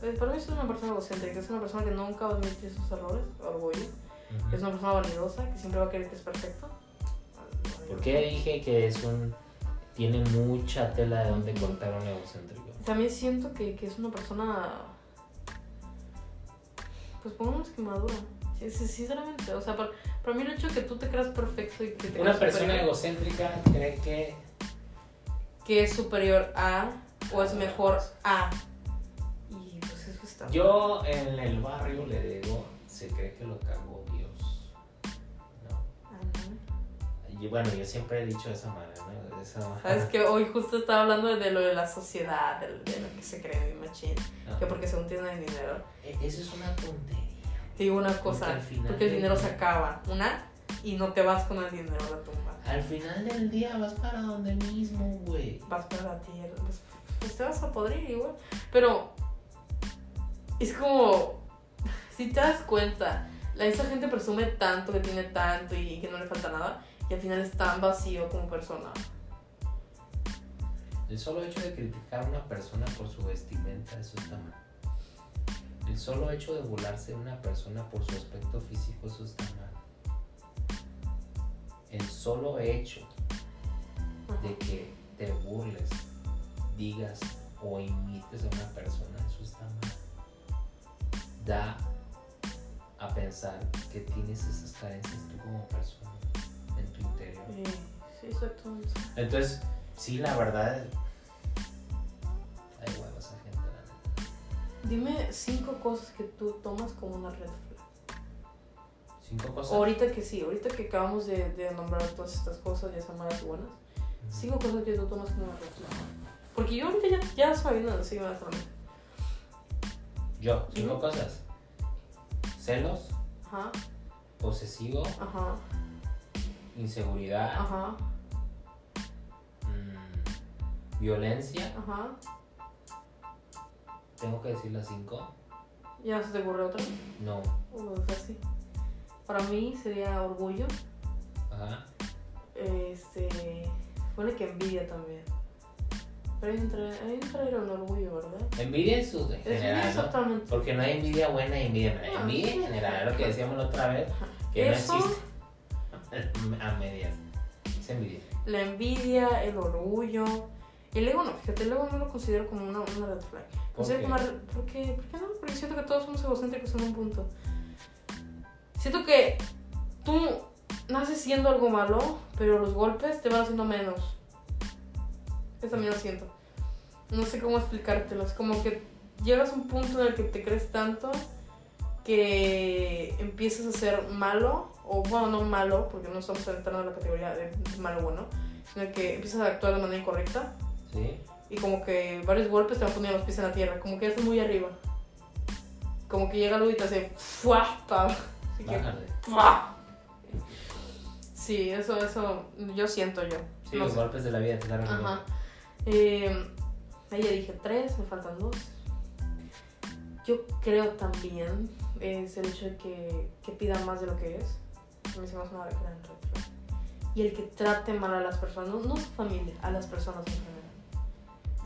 A: Pues, Para mí es una persona egocéntrica, es una persona que nunca va a admitir sus errores, orgullo.
B: Ujú.
A: Es una persona vanidosa que siempre va a creer que es perfecto.
B: ¿Por qué dije que es un. Tiene mucha tela de donde cortar un egocéntrico?
A: También siento que, que es una persona. Pues pongamos que madura. Sí, sí, sinceramente, o sea, para, para mí el hecho de que tú te creas perfecto y que te
B: Una
A: creas
B: persona
A: superior-
B: egocéntrica cree que.
A: que es superior a o
B: Ah.
A: es mejor a. Y pues eso está.
B: Yo en el barrio le digo, se cree que lo cagó Dios. ¿no?
A: Ajá.
B: Y bueno, yo siempre he dicho de esa manera, ¿no? De esa
A: Sabes que hoy justo estaba hablando de lo de la sociedad, de, de lo que se cree mi machín,
B: Ajá.
A: que porque según tienen dinero.
B: E- Eso es una tontería.
A: Te digo una
B: Porque
A: cosa,
B: al final
A: porque el
B: del
A: dinero se
B: día-
A: acaba, una, y no te vas con el dinero a la tumba.
B: Al final del día vas para donde mismo, güey.
A: Vas para la tierra, pues, pues te vas a podrir igual. Pero es como, si te das cuenta, la, esa gente presume tanto, que tiene tanto y que no le falta nada, y al final es tan vacío como persona.
B: El solo hecho de criticar a una persona por su vestimenta, eso está mal. El solo hecho de burlarse de una persona por su aspecto físico, eso está mal. El solo hecho
A: Ajá.
B: de que te burles, digas o imites a una persona, eso está mal. Da a pensar que tienes esas carencias tú como persona en tu interior.
A: Sí, sí, exactamente.
B: Entonces, sí, la verdad. Hay huevos esa gente, la neta.
A: Dime cinco cosas que tú tomas como una red flag.
B: Cinco cosas.
A: Ahorita que sí, ahorita que acabamos de, de nombrar todas estas cosas, ya sean malas y buenas,
B: Ujú.
A: cinco cosas que tú tomas como una red flag. Porque yo ahorita ya, ya se me vino encima hasta mí.
B: Yo, cinco
A: Ujú.
B: cosas. Celos,
A: Ajá,
B: posesivo,
A: ajá,
B: inseguridad,
A: ajá,
B: mm, violencia.
A: ajá.
B: Tengo que decir las cinco.
A: ¿Ya no se te ocurre otra?
B: No.
A: O sea, sí. Para mí sería orgullo,
B: Ajá.
A: este, pone que envidia también. Pero ahí entra, ahí entra el orgullo, ¿verdad?
B: Envidia en su en
A: Es
B: general. ¿no?
A: exactamente.
B: Porque no hay envidia buena y envidia mala.
A: Ah.
B: Envidia en general, era lo que decíamos la otra vez, que
A: Eso-
B: no existe. A medias. Es envidia.
A: la envidia, el orgullo. El ego no, fíjate, el ego no lo considero como una, una red flag.
B: ¿Por
A: Considero
B: qué?
A: Pues como una re- ¿por, qué? ¿Por qué no? Porque siento que todos somos egocéntricos en un punto. Siento que tú naces siendo algo malo, pero los golpes te van haciendo menos. Eso también lo siento. No sé cómo explicártelo. Es como que llegas a un punto en el que te crees tanto que empiezas a ser malo, o bueno, no malo, porque no estamos entrando en la categoría de malo o bueno, sino que empiezas a actuar de manera incorrecta
B: Sí.
A: y como que varios golpes te van poniendo los pies en la tierra, como que ya estás muy arriba. Como que llega algo y te hace ¡fua! pa- Así que,
B: Bájale.
A: ¡fua! Sí, eso, eso, yo siento yo.
B: Sí,
A: No
B: los
A: sé.
B: golpes de la vida te dan un
A: Ajá.
B: golpe.
A: Eh, ahí ya dije tres, me faltan dos. Yo creo también es el hecho de que, que pida más de lo que es. A mí se me hace una gran red flag. Y el que trate mal a las personas, no, no a su familia, a las personas en general.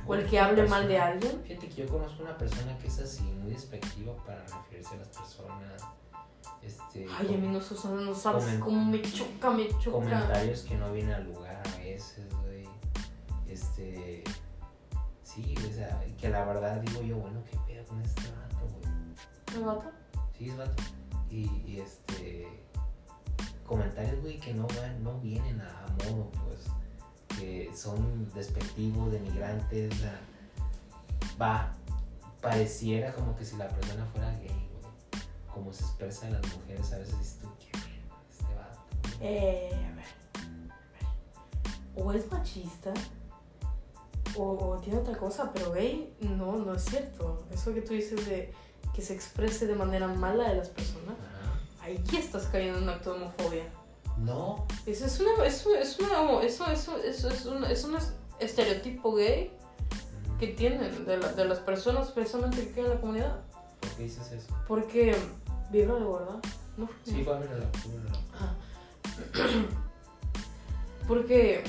A: O el que hable mal de
B: Persona-
A: alguien.
B: Fíjate que yo conozco una persona que es así, muy despectiva para referirse a las personas. Este,
A: Ay, a mí no, Susana, no sabes
B: Comen-
A: cómo me choca, me choca.
B: comentarios que no vienen al lugar a veces, güey. Este. Sí, o sea, que la verdad digo yo, bueno, qué pedo con este vato, güey.
A: ¿El vato?
B: Sí, es vato. Y, y este. comentarios, güey, que no, van- no vienen a, a modo, pues. Que son despectivos, denigrantes. o sea, va. Pareciera como que si la persona fuera gay, güey. Como se expresan las mujeres a veces, dices tú, qué verga, este vato.
A: Eh, a ver. O es machista. O, o tiene otra cosa, pero gay, no, no es cierto. Eso que tú dices de que se exprese de manera mala de las personas,
B: Ajá.
A: ahí estás cayendo en un acto de homofobia.
B: No,
A: Eso es una, eso es una, homo- eso, eso, eso es un, es un estereotipo gay que tienen de, la- de las personas precisamente que quedan en la comunidad.
B: ¿por qué dices eso?
A: Porque vibra de gorda, ¿no?
B: Sí, fue a ver la
A: Ah. Porque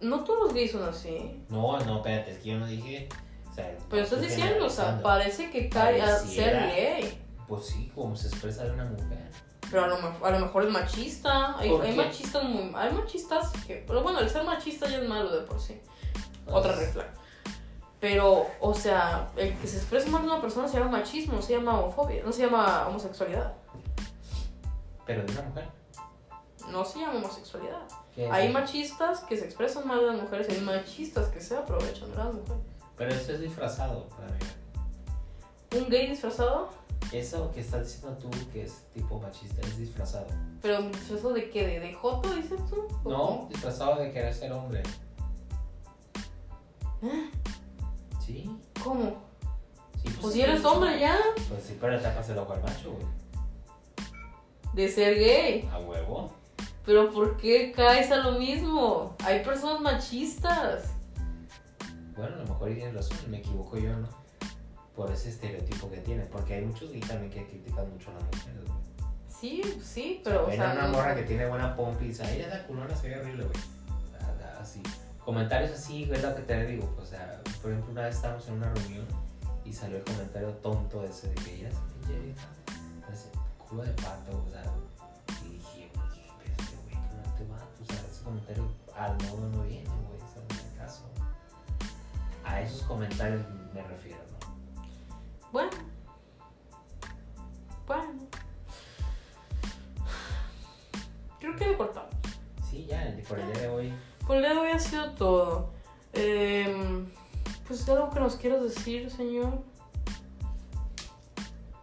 A: no todos los gays son así.
B: No, no, espérate, es que yo no dije. O sea,
A: Pero estás
B: estoy
A: diciendo, o sea,
B: Pues generalizando.
A: parece que cae a ser
B: Pareciera.
A: gay.
B: Pues sí, como se expresa de una mujer.
A: Pero a lo, me- a lo mejor es machista. Hay,
B: ¿Por
A: hay
B: qué?
A: machistas muy. Hay machistas que. Pero bueno, el ser machista ya es malo de por sí. Otra
B: Pues
A: red flag. Pero, o sea, el que se expresa mal de una persona se llama machismo, no se llama homofobia, no se llama homosexualidad,
B: Pero de una mujer.
A: no se llama homosexualidad.
B: ¿Qué es?
A: Hay machistas que se expresan mal de las mujeres y hay machistas que se aprovechan de las mujeres.
B: Pero eso es disfrazado, para mí.
A: Un gay disfrazado
B: Eso que estás diciendo tú, que es tipo machista, es disfrazado.
A: ¿Pero eso de qué? ¿De, de joto, dices tú? ¿O
B: No, disfrazado de querer ser hombre.
A: ¿Eh?
B: Sí.
A: ¿Cómo?
B: sí pues,
A: Pues
B: sí,
A: si eres
B: sí.
A: hombre ya,
B: Pues sí, pero tapas el ojo al macho, güey.
A: de ser gay.
B: A huevo.
A: ¿Pero por qué caes a lo mismo? Hay personas machistas.
B: Bueno, a lo mejor tienes razón, me equivoco yo, ¿no? Por ese estereotipo que tiene. Porque hay muchos gays también que critican mucho a las mujeres, güey.
A: Sí, sí, pero, o
B: Ven
A: sea,
B: a una
A: no-
B: morra que tiene buena pompa y dice, ay, esa culona se ve horrible, güey. Ah, ah, Así. Comentarios así, güey, es lo que te digo. pues, O sea, por ejemplo, una vez estábamos en una reunión y salió el comentario tonto ese de que ella es pinche vieja, Ese culo de pato, o sea. Y dije, oye, pero este güey, ¿cómo te va? O sea, ese comentario al modo no viene, güey, eso no es el caso. A esos comentarios me refiero, ¿no?
A: Bueno. Bueno. Creo que lo cortamos.
B: Sí, ya, por el día de hoy.
A: Por el día de hoy ha sido todo. Em, pues algo que nos quieras decir, señor,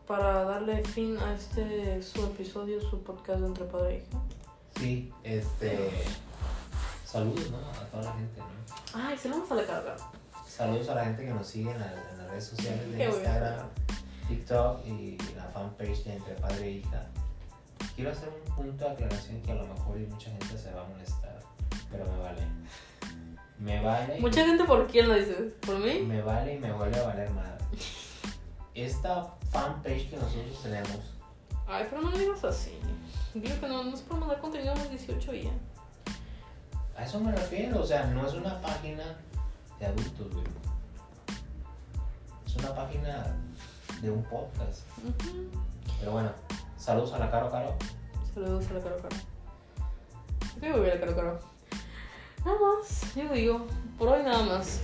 A: para darle fin a este su episodio, su podcast de entre padre e hija.
B: Sí, este. Saludos, ¿no? A toda la gente, ¿no?
A: Ay, se lo vamos a la carga.
B: Saludos a la gente que nos sigue en, la- en las redes sociales de
A: Qué bueno.
B: Instagram, TikTok y la fanpage de Entre Padre e Hija. Quiero hacer un punto de aclaración que a lo mejor y mucha gente se va a molestar, pero me vale. Me vale.
A: Mucha gente por quién lo dices, por mí.
B: Me vale y me vuelve a valer madre. Esta fanpage que nosotros tenemos,
A: Ay, pero no lo digas así. Digo que no, no es por mandar contenido a los 18 días.
B: a eso me refiero, o sea, no es una página de adultos, güey. Es una página de un podcast.
A: Ujú.
B: Pero bueno, saludos a la Caro Caro.
A: Saludos a la caro caro. Ok, voy a ver a la caro caro. Nada más, yo digo, por hoy nada más.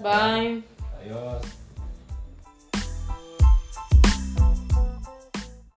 A: Bye.
B: Adiós.